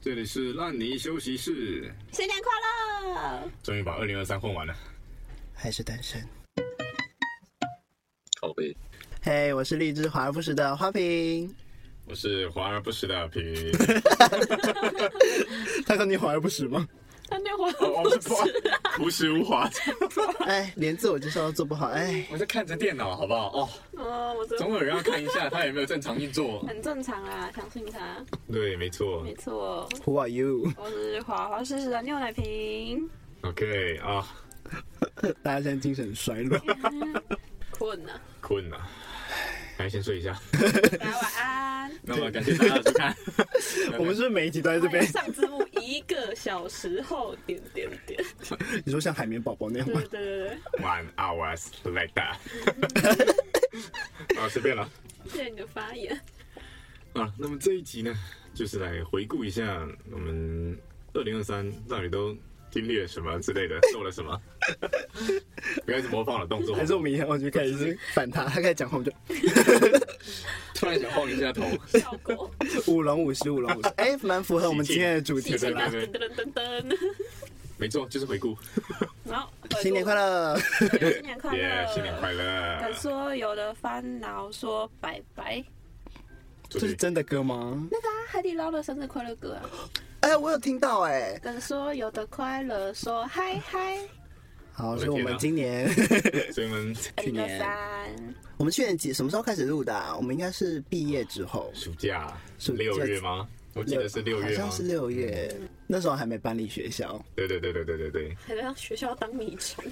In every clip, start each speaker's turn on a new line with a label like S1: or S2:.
S1: 这里是烂泥休息室。
S2: 新年快乐！
S1: 终于把二零二三混完了。
S3: 还是单身。
S4: 靠背，
S3: 嘿、我是荔枝华而不实的花瓶。
S1: 我是华而不实的皮。
S3: 他跟你华而不实吗？
S2: 他那会
S1: 哦， 我是不朴实无华。
S3: 哎，连自我介绍都做不好，哎，
S1: 我是看着电脑，好不好？哦，
S2: 嗯，我这
S1: 总有人要看一下它有没有正常运作。
S2: 很正常啦，相信他，
S1: 对，没错
S2: 没。错。
S3: Who are you？
S2: 我是华华实实的牛奶瓶，
S1: OK 啊，
S3: 大家现在精神衰弱。
S2: 困了，
S1: 困了，来哎先睡一下。
S2: 大家晚 安。
S1: 那么感谢大家的收看。
S3: 我们是不是每一集都在这边？
S2: 上字幕一个小时后点点点，
S3: 你说像海绵宝宝那样吗
S2: 对对？对
S1: One hours later。啊，随便了。
S2: 对，谢谢你的发言。
S1: 啊，那么这一集呢，就是来回顾一下我们二零二三到底都经历了什么之类的，做了什 么。不要一直模仿我的动作，
S3: 还是我们以后就开始反他，他开始讲话我们
S1: 突然想晃一下 头。
S2: 效果，
S3: 就舞龙舞狮，舞龙舞狮， 哎，蛮符合我们今天的主题
S2: 喜
S3: 的
S2: 庆
S3: 啦
S2: 吧，。
S1: 对
S2: 噔噔噔噔。
S1: 没错，就是回顾。
S2: 然后，
S3: 新年快，乐！
S2: 新年快
S1: 耶、
S2: 乐，
S1: 新年快乐
S2: 跟！所有的烦恼说拜拜。
S1: 出
S3: 这是
S1: 去
S3: 真的歌吗？
S2: 那个啊海底捞的生日快乐歌啊，
S3: 哎，我有听到哎。
S2: 跟所有的快乐说嗨嗨。
S3: 好，
S1: 的
S3: 所以我
S1: 天
S3: 们
S1: 啊
S3: 今年，
S1: 所以我们
S3: 去年
S2: 三，
S3: 我们去年几什么时候开始录的啊？我们应该是毕业之后，
S1: 暑假
S3: 暑假
S1: 六月吗？我记得是六
S3: 好
S1: 月吗嗯
S3: 像？是六月，那时候还没搬离学校。
S1: 对对对对对对对
S2: 还让学校当米虫，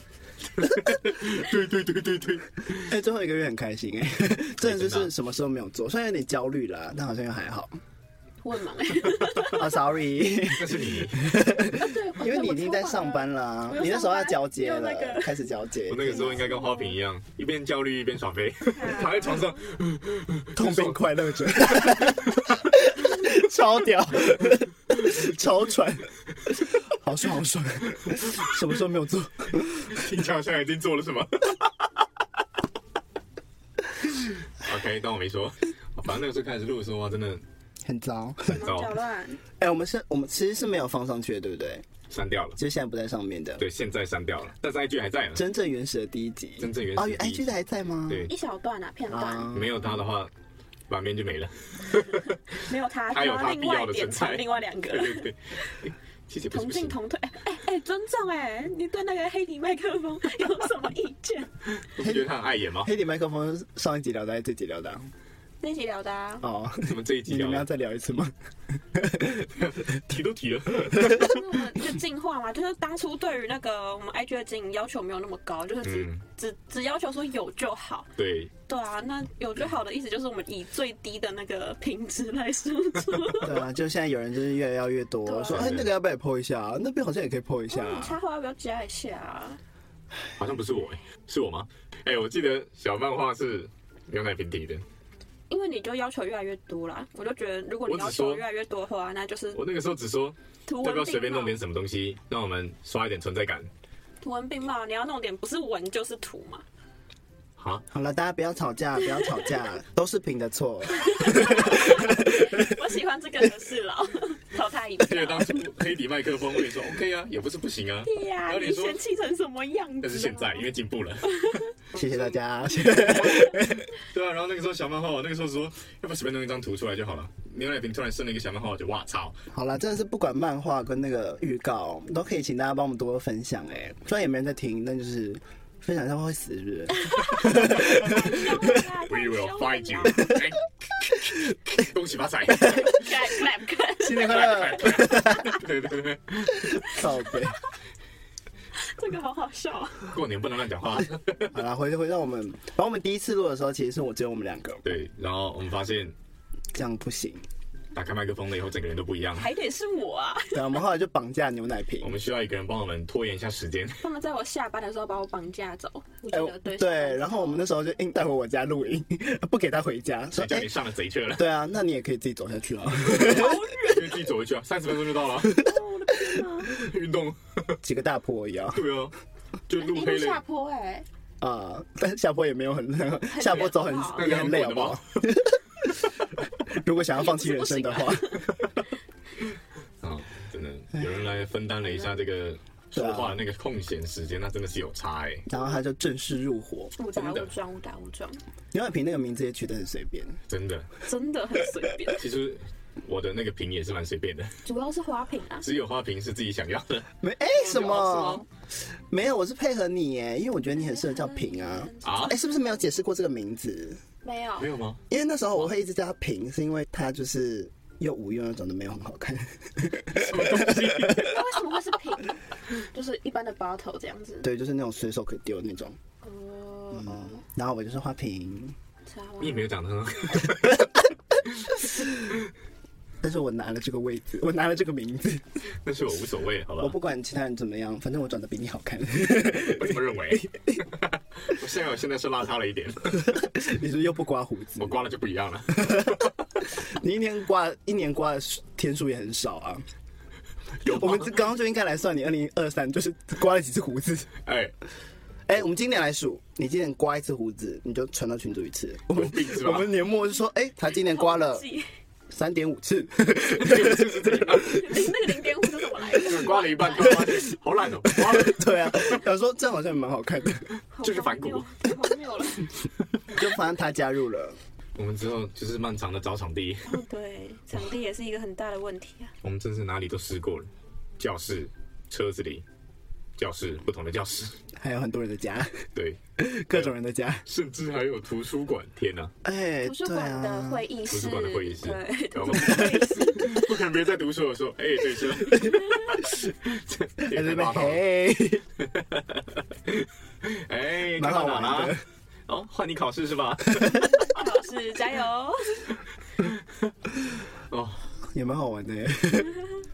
S1: 对对对对对。
S3: 哎，最后一个月很开心 哎，真的就
S1: 真的啊
S3: 是什么事都没有做，虽然有点焦虑啦，但好像又还 好。
S2: 我很忙哎、 欸。
S3: 啊，sorry，
S1: 那是你，
S2: 啊对，
S3: 因为
S2: 对
S3: 你已经在上。班啦
S2: 我，有
S3: 你那时候要
S2: 上班
S3: 交接
S2: 又那
S3: 了，
S2: 个
S3: 开始交接
S1: 我，那个时候应该跟花瓶一样，一边焦虑一边耍飞，躺在床上。
S3: 痛并快乐 着，超屌，超喘，好爽好爽，什么时候没有做？
S1: 听起来好像已经做了什么。OK，当我没说。反正那个时候开始录的时候啊，真的
S3: 很糟。
S1: 很
S2: 手忙脚
S1: 糟，
S2: 乱，
S3: 哎、我们是，我们其实是没有放上去的，对不对？
S1: 删掉了。
S3: 就是现在不在上面的，
S1: 对，现在删掉了，但是 IG 还在呢。
S3: 真正原始的第一集，
S1: 真正原
S3: 哦
S1: 始的第一集
S3: ，IG 的还在吗？
S1: 对
S2: 一，小段啊，片段，
S3: 啊，
S1: 没有他的话，版面就没了。
S2: 没有他，
S1: 他有他
S2: 然后
S1: 必
S2: 另
S1: 要
S2: 外
S1: 的
S2: 点
S1: 存在
S2: 成另外两
S1: 对
S2: 个，
S1: 对对，其 实也不是
S2: 同
S1: 不行
S2: 进，同退。哎哎哎，尊重哎、你对那个黑底麦克风有什么意见？
S1: 我不觉得他很碍眼哦吗？
S3: 黑底麦克风上一集聊的，还是这集聊的啊、
S2: 那一集聊的啊，
S3: 哦，
S1: 怎么这一集
S3: 你
S1: 聊
S3: 们要
S1: 了
S3: 再 聊一次吗？
S1: 提都提了，
S2: 就是我们一个进化嘛，就是当初对于那个我们 IG 的经营要求没有那么高，就是只、
S1: 嗯
S2: 只只要求说有就好。
S1: 对，
S2: 对啊，那有就好的意思就是我们以最低的那个品质来输出。
S3: 对 啊，就现在有人就是越聊越多，
S2: 对啊
S3: 说哎、
S1: 对
S3: 那个要不要也 PO 一下、啊？那边好像也可以 PO 一下、
S2: 嗯，插画要不要加一下啊？
S1: 好像不是我哎，是我吗？哎，我记得小漫画是牛奶瓶提的，
S2: 因为你就要求越来越多啦，我就觉得如果你
S1: 我只
S2: 要
S1: 说
S2: 求越来越多的话，那就是
S1: 我那个时候只说
S2: 图
S1: 要不要
S2: 文
S1: 随
S2: 并
S1: 便弄
S2: 茂
S1: 点。什么东西，让我们刷一点存在感。
S2: 图文并茂，你要弄点不是文就是图嘛。
S1: 好，
S3: 好了，大家不要吵架，不要吵架，都是平的 错。
S2: 我喜欢这个和事佬，淘汰一
S1: 记得
S2: 票
S1: 当。初黑底麦克风，我也说 OK 啊，也不是不行啊。
S2: 对哎呀、
S1: 然后
S2: 你
S1: 你说
S2: 嫌弃成什么样子、啊？
S1: 但是现 在因为进步了，
S3: 谢谢大家，
S1: 对啊。然后那个时候小漫画，我那个时候说，要不要随便弄一张图出来就好了。牛奶瓶突然生了一个小漫画，我就哇操！
S3: 好了，真的是不管漫画跟那个预告，都可以请大家帮我们多多分享、哎，虽然也没人在听，但就是分享一下会死，是不是？
S2: We 啊
S1: We will find you 哎。恭喜发财！
S2: Clap clap clap，
S3: 新年快乐，
S1: 对对对，
S3: 靠背。
S2: 这个好好笑啊！
S1: 过年不能乱讲话。
S3: 好啦，回回到我们，然后我们第一次录的时候，其实是我只有我们两个，
S1: 对，然后我们发现
S3: 这样不行。
S1: 打开麦克风了以后，整个人都不一样。
S2: 还得是我啊！
S3: 对，我们后来就绑架牛奶瓶
S1: 我。们需要一个人帮我们拖延一下时间。
S2: 他们在我下班的时候把我绑架走，我
S3: 哎
S2: 觉得对、
S3: 对，然后我们那时候就硬带回我家露营，不给他回家，说
S1: 谁叫
S3: 哎、
S1: 你上了贼去了？
S3: 对啊，那你也可以自己走 下去啊，
S1: 因为自己走回去啊，三十分钟就到了。
S2: 我的天啊，
S1: 运动，
S3: 几个大坡一样
S1: 对啊，就路
S2: 一
S1: 黑
S2: 路下
S1: 了。
S2: 坡哎、
S3: 啊，但下坡也没有很，下坡走很
S2: 好
S1: 那
S3: 也
S1: 个
S3: 很累，
S1: 要
S3: 好
S1: 滚
S3: 不
S1: 的
S3: 好
S1: 吗？
S3: 如果想要放弃人生的话，
S1: 啊，有人来分担了一下这个说话
S3: 啊
S1: 的那个空闲时间，那真的是有差哎、
S3: 然后他就正式入伙。
S2: 误打
S1: 真的
S2: 误撞，误打误撞，
S3: 牛奶瓶那个名字也取得很随便，
S1: 真的。
S2: 真的很随便。
S1: 其实我的那个瓶也是蛮随便的，
S2: 主要是花瓶啊，
S1: 只有花瓶是自己想要的
S3: 没哎、什
S1: 哦
S3: 么？没有，我是配合你哎，因为我觉得你很适合叫平啊。
S1: 啊
S3: 哎、？是不是没有解释过这个名字？
S2: 没有
S1: 没有吗？
S3: 因为那时候我会一直叫他平，是因为他就是又无用又长得没有很好看。
S1: 什么东西？
S2: 那为什么会是瓶？ 就是一般的 bottle 这样子。
S3: 对，嗯就是那种随手可丢的那种。
S2: 哦，
S3: 然后我就是花瓶，
S2: 茶
S1: 你也没有长得很好看，
S3: 但是我拿了这个位 置，我拿了这个名字，
S1: 但是我无所谓，好吧？
S3: 我不管其他人怎么样，反正我长得比你好 看。
S1: 我这么认为。我现在我现在是邋遢了一点，
S3: 你是不是又不刮胡子
S1: 我，刮了就不一样了。
S3: 你一年刮一年刮的天数也很少啊。
S1: 有吗
S3: 我们这刚刚就应该来算你二零二三就是刮了几次胡子。
S1: 哎，
S3: 哎、我们今年来数，你今年刮一次胡子，你就传到群组一次。我
S1: 有
S3: 们
S1: 病是
S3: 我
S1: 吧？
S3: 们年末就说，哎、他今年刮了
S2: 自己
S3: 三点五次，
S1: 就是这样，
S2: 那个零点五是怎么来的？
S1: 刮了一半，刮了好懒哦，刮了
S3: 对啊，想说这样好像也蛮好看的。
S1: 就是反骨
S2: 好荒谬 了。
S3: 就反正他加入了，
S1: 我们之后就是漫长的找场地，
S2: 哦对，场地也是一个很大的问题啊。
S1: 我们真是哪里都试过了，教室、车子里、教室不同的教室，
S3: 还有很多人的家，
S1: 对，
S3: 各种人的家。
S1: 甚至还有图书馆，天哪！
S3: 哎、
S2: 图书
S3: 对
S2: 馆的
S3: 啊，
S2: 会议室，
S1: 图书馆的会议室
S2: 对，
S1: 搞
S2: 图
S1: 不
S2: 书
S1: 好
S2: 馆会议室，
S1: 不可能别人在读书的时候，哎、对是，这
S3: 在
S1: 也
S3: 那
S1: 太
S3: 边
S1: 霸道了，
S3: 嘿，
S1: 哎，
S3: 蛮好
S1: 干嘛
S3: 玩的
S1: 啦。哦，换你考试是吧？
S2: 老师加油！
S1: 哦，
S3: 也蛮好玩的耶。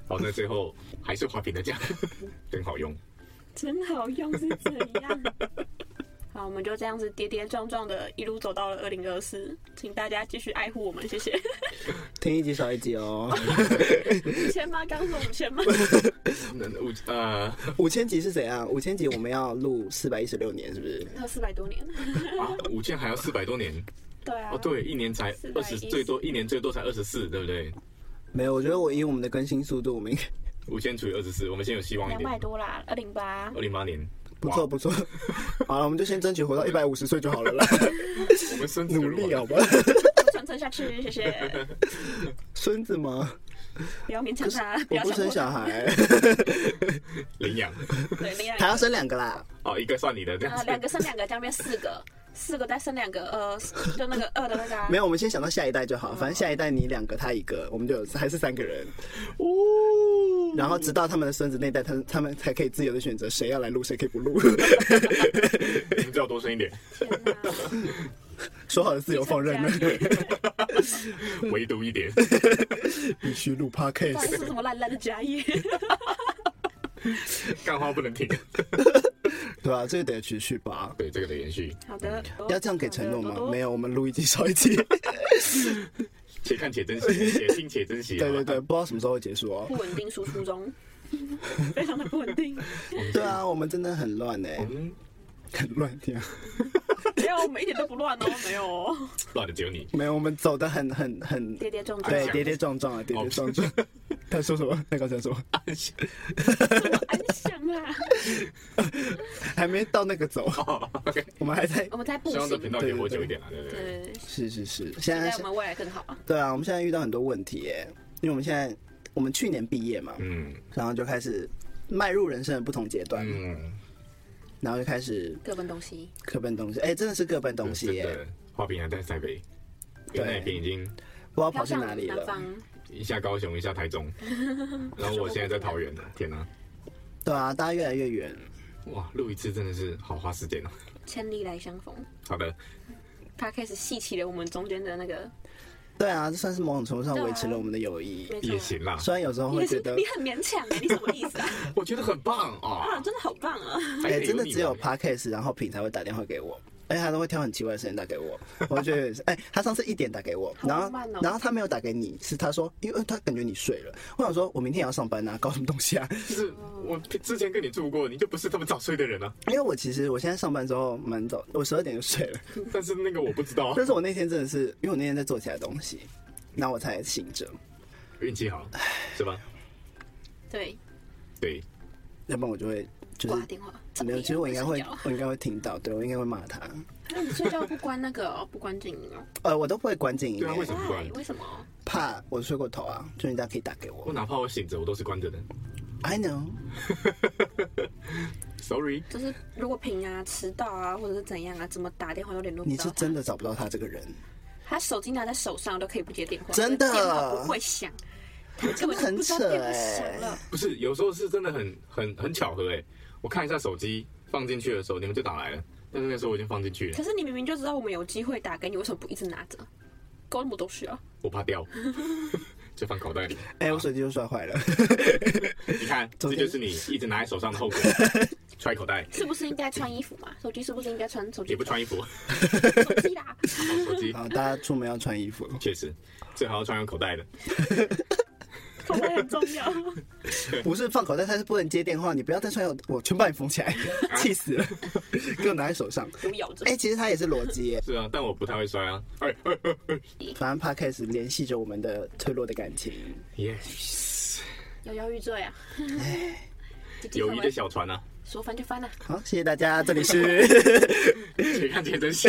S1: 好，那最后还是花瓶的奖， 真好用。
S2: 真好用是怎样？好，我们就这样子跌跌撞撞的一路走到了二零二四，请大家继续爱护我们，谢谢。
S3: 听一集少一集哦，
S2: 五千吗？刚说五千 吗？
S1: 那我呃，
S3: 五千集是怎样？五千集我们要录四百一十六年，是不是？
S2: 要四百多年。
S1: 啊五件还要四百多 年
S2: 对啊。
S1: 哦，对，一年才
S2: 414
S1: 二十，最多一年最多才二十四，对不对？
S3: 没有，我觉得我以我们的更新速度，我们应该
S1: 五千除以二十四，我们先有希望一
S2: 两百
S1: 点。
S2: 多啦，二零八
S1: 二。零八年，
S3: 不错不错。 好了，我们就先争取活到一百五十岁就好了啦，
S1: 我们孙子
S3: 努力
S1: 啊！
S3: 哦好吧？
S2: 传承下去，谢谢。
S3: 孙子吗？
S2: 不要勉强他，不
S3: 我
S2: 要
S3: 不
S2: 强
S3: 生
S2: 迫
S3: 小孩，
S1: 领养
S2: 对，另
S3: 还
S2: 外
S3: 要生两个啦。
S1: 哦，一个算你的这样
S2: 呃
S1: 子。
S2: 两个生两个，这样变四个，四个再生两个，呃，就那个二的那个、啊。
S3: 没有，我们先想到下一代就好，反正下一代你两个，他一个，我们就有还是三个人。
S1: 哦，
S3: 然后直到他们的孙子那代，他们他们才可以自由的选择谁要来录，谁可以不录。
S1: 你们最好多生一点，
S2: 天哪
S3: 说好的自由放任呢？
S1: 唯独一点。
S3: 必须录
S2: 到底
S3: podcast，
S2: 是什么烂烂的家业？
S1: 干话不能停。
S3: 对吧、这个得持续吧。
S1: 对这个的延续，
S2: 好的，
S3: 要这样给承诺
S2: 好的多
S3: 吗？
S2: 多
S3: 没有，我们录一集少一集。
S1: 且看且珍惜，且听且珍惜。
S3: 对对
S1: 好吧
S3: 对，不知道什么时候会结束哦
S2: 不。稳定输出中，非常的不稳定。
S3: 对啊，我们真的很乱哎、
S1: 嗯，
S3: 很乱天啊。
S2: 没有，我们一点都不乱哦，没有哦，
S1: 乱的只有你。
S3: 没有，我们走的很很很，
S2: 跌跌撞撞，
S3: 对，跌跌撞撞
S1: 哦
S3: 啊，跌跌 撞撞。他说什么？他刚才说什么
S2: 这么安详啊。
S3: 还没到那个走，
S1: 哦，OK，
S3: 我们还在
S2: 我。们在步
S1: 希望这
S2: 行，
S1: 频道可以活久一点啊，对对对。
S2: 对，
S3: 是是是，现
S2: 期
S3: 在
S2: 待我
S3: 是
S2: 们未来更好啊。
S3: 对啊，我们现在遇到很多问题耶、因为我们现在我们去年毕业嘛，
S1: 嗯
S3: 然后就开始迈入人生的不同阶段，
S1: 嗯，
S3: 然后就开始
S2: 各奔东西，
S3: 各奔东西。哎、真的是各奔东西
S1: 嗯真
S3: 耶、
S1: 的，花瓶还在台北，原来瓶已经
S3: 不知道
S2: 飘
S3: 跑去
S2: 向
S3: 哪里
S2: 南
S3: 了。
S2: 方。
S1: 一下高雄，一下台中，然后我现在在桃园啊呢。天哪，
S3: 对啊，大家越来越远。
S1: 哇，录一次真的是好花时间哦。
S2: 千里来相逢，
S1: 好的，
S2: 他开始细起了我们中间的那个，
S3: 对啊，这算是某种程度上
S2: 对啊
S3: 维持了我们的友谊。
S2: 没错
S1: 也行啦，
S3: 虽然有时候
S2: 你
S3: 会
S2: 也
S3: 觉
S2: 是
S3: 得
S2: 你，很勉强哎，你什么意思啊？
S1: 我觉得很棒
S2: 啊，
S1: 啊。
S2: 真的好棒啊！
S1: 还
S3: 哎、
S1: 可以
S3: 真的
S1: 你
S3: 只有
S1: 们
S3: podcast，然后品才会打电话给我，而且他都会挑很奇怪的时间打给我。我觉得也是，哎、他上次一点打给我，
S2: 好
S3: 然
S2: 浪
S3: 后、
S2: 漫哦
S3: 然后他没有打给你，是他说，因为他感觉你睡了。我想说，我明天也要上班啊，搞什么东西啊？
S1: 就是我之前跟你住过，你就不是这么早睡的人啊。
S3: 因为我其实我现在上班之后蛮早，我十二点就睡了。
S1: 但是那个我不知道，啊
S3: 但是我那天真的是，因为我那天在做其他东西，然后我才醒着。
S1: 运气好，是吧？
S2: 对，
S1: 对，
S3: 要不然我就会就
S2: 挂
S3: 是
S2: 电话。
S3: 没有，其实我应该会
S2: 怎么样
S3: 我应该会听到，对我应该会骂他。
S2: 那你睡觉不关那个哦， 不关静音哦？
S3: 呃，我都不会关静音
S1: 对啊，为
S3: 欸，
S1: 什么不关
S2: Why？？为什么？
S3: 怕我睡过头啊，就人家可以打给
S1: 我
S3: 我。
S1: 哪怕我醒着，我都是关着的。
S3: I know，
S1: Sorry，
S2: 就是如果平啊、迟到啊，或者是怎样啊，怎么打电话都联络不
S3: 你
S2: 到
S3: 是
S2: 他。
S3: 真的找不到他这个 人，
S2: 他手机拿在手上都可以不接电话，
S3: 真的
S2: 电话不会响，他根本就不知道电话响
S3: 欸
S2: 了。
S1: 不是，有时候是真的很很很巧合哎、我看一下手机放进去的时候，你们就打来了，但是那时候我已经放进去了
S2: 可，是你明明就知道我们有机会打给你，为什么不一直拿着？搞那么多事啊！
S1: 我怕掉， 就放口袋里。
S3: 哎、我手机又摔 坏了。
S1: 你看，
S3: 昨
S1: 这
S3: 天
S1: 就是你一直拿在手上的后果，揣口袋
S2: 是不是应该穿衣服嘛？手机是不是应该穿手机？
S1: 也不穿衣服，
S2: 手机 啦。
S1: 好手机
S3: 好，大家出门要穿衣服。
S1: 确实最好要穿有口袋的。
S2: 口袋很重要。
S3: 不是放口袋，他是不能接电话，你不要再穿我，我全把你缝起来，气 死了，给我拿在手上。
S2: 我咬着
S3: 哎、。其实他也是逻辑耶，
S1: 是啊，但我不太会摔啊。哎哎
S3: 反正 podcast 联系着我们的脆弱的感情，
S1: ，yes，
S2: 摇摇欲坠啊！
S3: 哎
S2: 姐姐
S1: 友
S2: 快
S1: 谊
S2: 回
S1: 的
S2: 来
S1: 小船啊，
S2: 说翻就翻啊！
S3: 好，谢谢大家，这 里是，
S1: 谁看谁珍惜。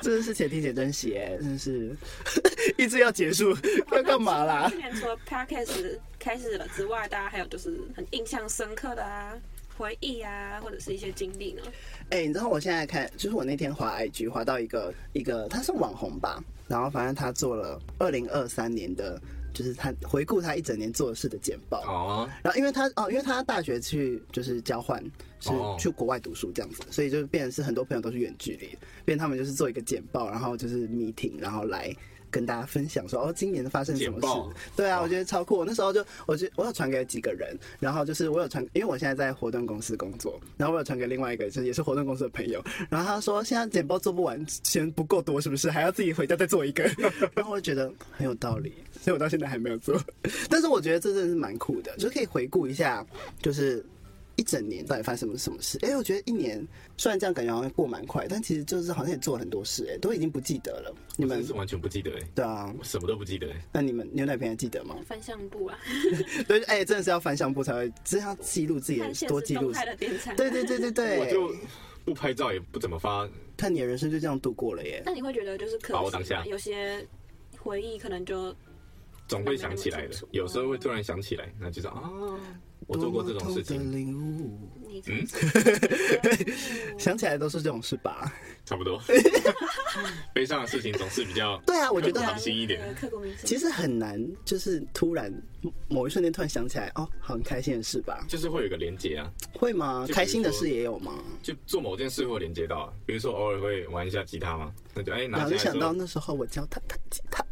S3: 真的是且听且珍惜耶，真的是 一直要结束，要干嘛啦
S2: 之？前除了 podcast 开始了之外，大家还有就是很印象深刻的啊、回忆啊，或者是一些经历呢？
S3: 哎、你知道我现在看，就是我那天滑 IG 滑到一个一个，他是网红吧，然后反正他做了二零二三年的，就是他回顾他一整年做的事的简报。
S1: 哦，
S3: 然后因为他哦，因为他大学去就是交换，是
S1: 哦
S3: 去国外读书这样子，所以就变成是很多朋友都是远距离，变成他们就是做一个简报，然后就是 meeting，然后来。跟大家分享说哦，今年发生什
S1: 简
S3: 么
S1: 报
S3: 事？对啊，
S1: 哇
S3: 我觉得超酷。我那时候就，我就我有传给几个人，然后就是我有传，因为我现在在活动公司工作，然后我有传给另外一个，就是也是活动公司的朋友，然后他说现在简报做不完，钱不够多，是不是？还要自己回家再做一个？ 然后我就觉得很有道理，所以我到现在还没有做。但是我觉得这真的是蛮酷的，就是可以回顾一下，就是一整年到底发生什么什么事。哎、我觉得一年虽然这样感觉好像过蛮快，但其实就是好像也做了很多事、哎，都已经不记得了。你
S1: 我
S3: 们
S1: 真是完全不记得哎，
S3: 对啊，
S1: 我什么都不记得哎。
S3: 那你们牛奶瓶还记得吗？
S2: 翻相簿啊，
S3: 对，哎、真的是要翻相簿才会，真的要记录自己
S2: 看
S3: 的，
S2: 现
S3: 多
S2: 实
S3: 记
S2: 动
S3: 录。
S2: 态的点餐。
S3: 对对对对对，
S1: 我就不拍照，也不怎么发，
S3: 看你的人生就这样度过了耶。
S2: 那你会觉得就是可惜
S1: 把握当下
S2: 吗有些回忆可能就
S1: 总会想起来的。有时候会突然想起来，那就是啊，我做过这种事
S3: 多么痛
S1: 情，
S3: 的领悟
S2: 你
S1: 嗯
S3: 想起来都是这种事吧？
S1: 差不多。悲伤的事情总是比较
S3: 对啊，我觉得
S1: 刻骨铭心一点。
S2: 刻骨铭心。
S3: 其实很难，就是突然某一瞬间突然想起来，哦，好很开心的事吧？
S1: 就是会有一个连接啊，
S3: 会吗？
S1: 就比如说
S3: 开心的事也有吗？
S1: 就做某件事会连接到啊，比如说偶尔会玩一下吉他嘛，那就哎、拿
S3: 然后
S1: 起
S3: 就
S1: 来
S3: 想到
S1: 说，
S3: 那时候我教他弹吉他，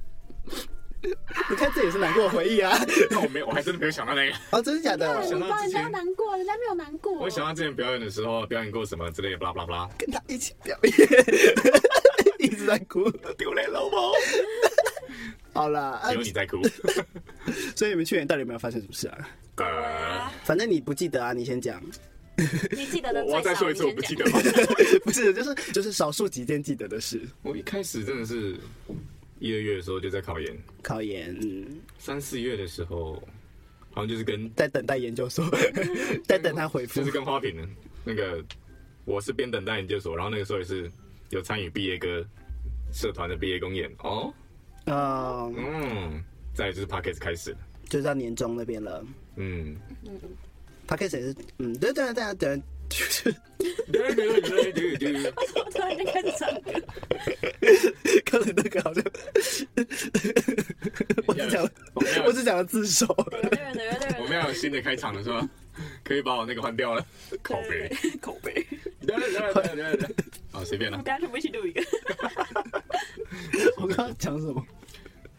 S3: 你看这也是难过的回忆啊！
S1: 那我没有，我还真的没有想到那个，
S3: 哦，真的假
S2: 哎
S1: 想
S3: 的？
S1: 到
S2: 你帮人
S1: 之前
S2: 家难过，人家没有难过。
S1: 我想到之前表演的时候表演过什么之类的，巴拉巴拉巴拉，
S3: 跟他一起表演， 一直在哭。
S1: 丢脸老母，
S3: 好啦，啊
S1: 只有你在哭，
S3: 所以你们去年到底有没有发生什么事啊？
S2: 对啊，
S3: 反正你不记得啊，你先讲。
S2: 你记得的
S1: 我我要再说一次，我不记得。吗？
S3: 不是，就是就是少数几件记得的事。
S1: 我一开始真的是一二月的时候就在考研，
S3: 考研，嗯
S1: 三四月的时候好像就是跟
S3: 在等待研究 所，在等他回复
S1: 就。是跟花瓶的那个，我是边等待研究所，然后那个时候也是有参与毕业歌社团的毕业公演哦，
S3: 嗯，
S1: 嗯，再来就是 p o c k e t 开始了，
S3: 就是到年终那边了。
S1: 嗯。
S3: 他开始也是，嗯，对对对对对，
S2: 我突然间开始唱歌，
S3: 刚才那个好像，我只 讲了，
S1: 我们要
S3: 我只讲了自首。
S2: 有的人的，有的人
S1: 我们要有新的开场了是吧？可以把我那个换掉 了，口碑。
S2: 对对对口碑，
S1: 啊，随便
S2: 我
S1: 了
S2: 们，大家全部一起录一个。
S3: 我刚刚讲什么？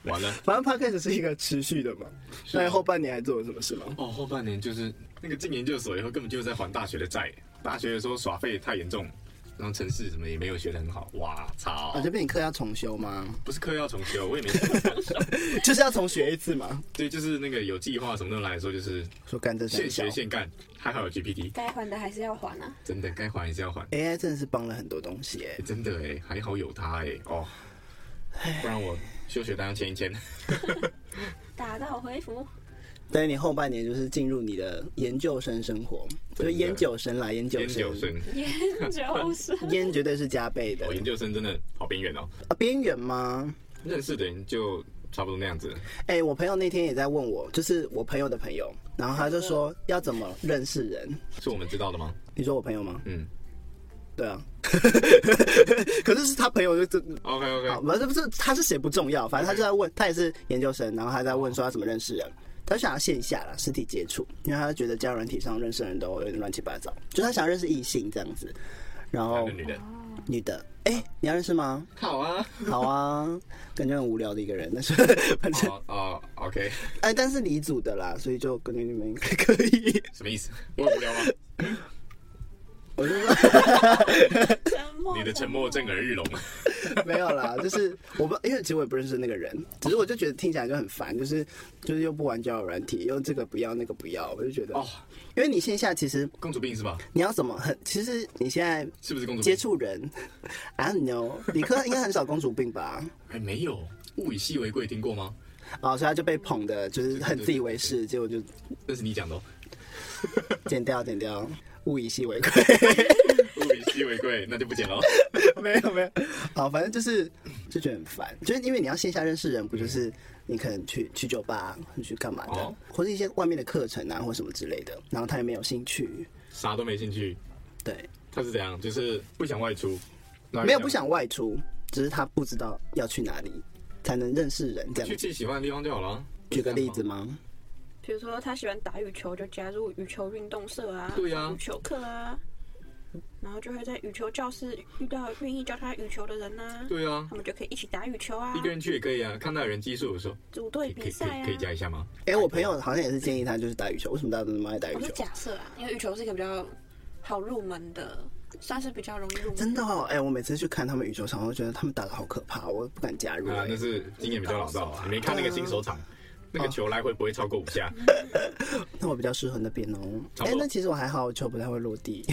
S1: 完了。
S3: 反正 podcast 是一个持续的嘛。
S1: 啊
S3: 那后半年还做了什么事吗？
S1: 哦，后半年就是那个进研究所以后，根本就是在还大学的债。大学的时候耍废太严重，然后城市什么也没有学得很好。哇操
S3: 啊，！这边你课要重修吗？
S1: 不是课要重修，我也没。
S3: 就是要重学一次嘛。
S1: 对，就是那个有计划什么的来说，就是
S3: 说干这三
S1: 现
S3: 小
S1: 学现干。还好有 GPT，
S2: 该还的还是要还啊！
S1: 真的该还还是要还。
S3: AI 真的是帮了很多东西耶、
S1: 欸真的哎、还好有他哎、哦，不然我休学单要签一签。
S2: 打道回府，
S3: 等于你后半年就是进入你的研究生生活，
S1: 真
S3: 就是
S1: 的
S3: 研究生啦，研究
S1: 研究
S3: 生，
S1: 生，哦
S2: 研究生，
S3: 研绝对是加倍的
S1: 我。研究生真的好边缘哦，
S3: 啊，边缘吗？
S1: 认识的人就差不多那样子。
S3: 哎、我朋友那天也在问我，就是我朋友的朋友，然后他就说要怎么认识人。
S1: 是我们知道的吗？
S3: 你说我朋友吗？
S1: 嗯
S3: 对啊， 可是是他朋友就真
S1: ，OK
S3: 好，
S1: OK，
S3: 不是不是，他是谁不重要，反正他
S1: OK
S3: 就在问，他也是研究生，然后他在问说他怎么认识人。他想要线下啦，实体接触，因为他觉得交友软体上认识的人都有点乱七八糟，就他想认识异性这样子。然
S1: 男
S3: 后
S1: 的女的，
S3: 女的，哎、你要认识吗？
S1: 好 啊，
S3: 好啊，感觉很无聊的一个人，但是 反正
S1: 哦哦，OK，
S3: 哎、但是离组的啦，所以就跟你们应该可以。
S1: 什么意思？我很无聊吗？
S3: 我就说
S2: 沉默，
S1: 你的沉默震耳欲聋，
S3: 没有啦，就是我不，因为其实我也不认识那个人，只是我就觉得听起来就很烦，就是就是又不玩交友软体，又这个不要那个不要，我就觉得
S1: 哦，
S3: 因为你线下其实
S1: 公主病是吧？
S3: 你要怎么很，其实你现在
S1: 是不是公主病
S3: 接？触人 ，I don't know，理科应该很少公主 病吧？
S1: 还哎没有，物以稀为贵，听过吗？
S3: 啊、所以他就被捧的，就是很自以为是，结果就
S1: 那是你讲的、 哦，
S3: 剪掉剪 掉，物以稀为贵。
S1: 物以稀为贵，那就不讲了。哦
S3: 没有没有，好，反正就是就觉得很烦，就是因为你要线下认识人，不就是你可能去去酒吧、你去干嘛的，
S1: 嗯哦
S3: 或是一些外面的课程啊，或什么之类的，然后他也没有兴趣，
S1: 啥都没兴趣，
S3: 对，
S1: 他是怎样？就是不想外出，那
S3: 没有不想外出，只是他不知道要去哪里才能认识人这
S1: 去
S3: 样。
S1: 自己喜欢的地方就好了啊。
S3: 举个例
S1: 不
S3: 子
S1: 是这样吗，
S3: 吗？
S2: 比如说他喜欢打羽球，就加入羽球运动社啊，
S1: 对啊
S2: 羽球课啊，然后就会在羽球教室遇到愿意教他羽球的人呐、啊，
S1: 对啊
S2: 他，们就可以一起打羽球啊
S1: 一，个人去也可以啊。看到有人基数的时候，
S2: 组队
S1: 可
S2: 比
S1: 以可
S2: 赛
S1: 以
S2: 啊
S1: 可以。加一下吗？
S3: 哎、我朋友好像也是建议他就是打羽球，为什么大家都那么爱打羽
S2: 我是
S3: 球？
S2: 假设啊，因为羽球是一个比较好入门的，算是比较容易入门。
S3: 真的哦，哎、我每次去看他们羽球场，我都觉得他们打的好可怕，我不敢加入、
S1: 啊，
S3: 哎
S1: 那是经验比较老道啊。你没看那个新手场，那个球来回不会超过五 下，
S3: 那我比较适合那边哦。
S1: 差
S3: 哎、
S1: 不多
S3: 那其实我还好，我球不太会落 地。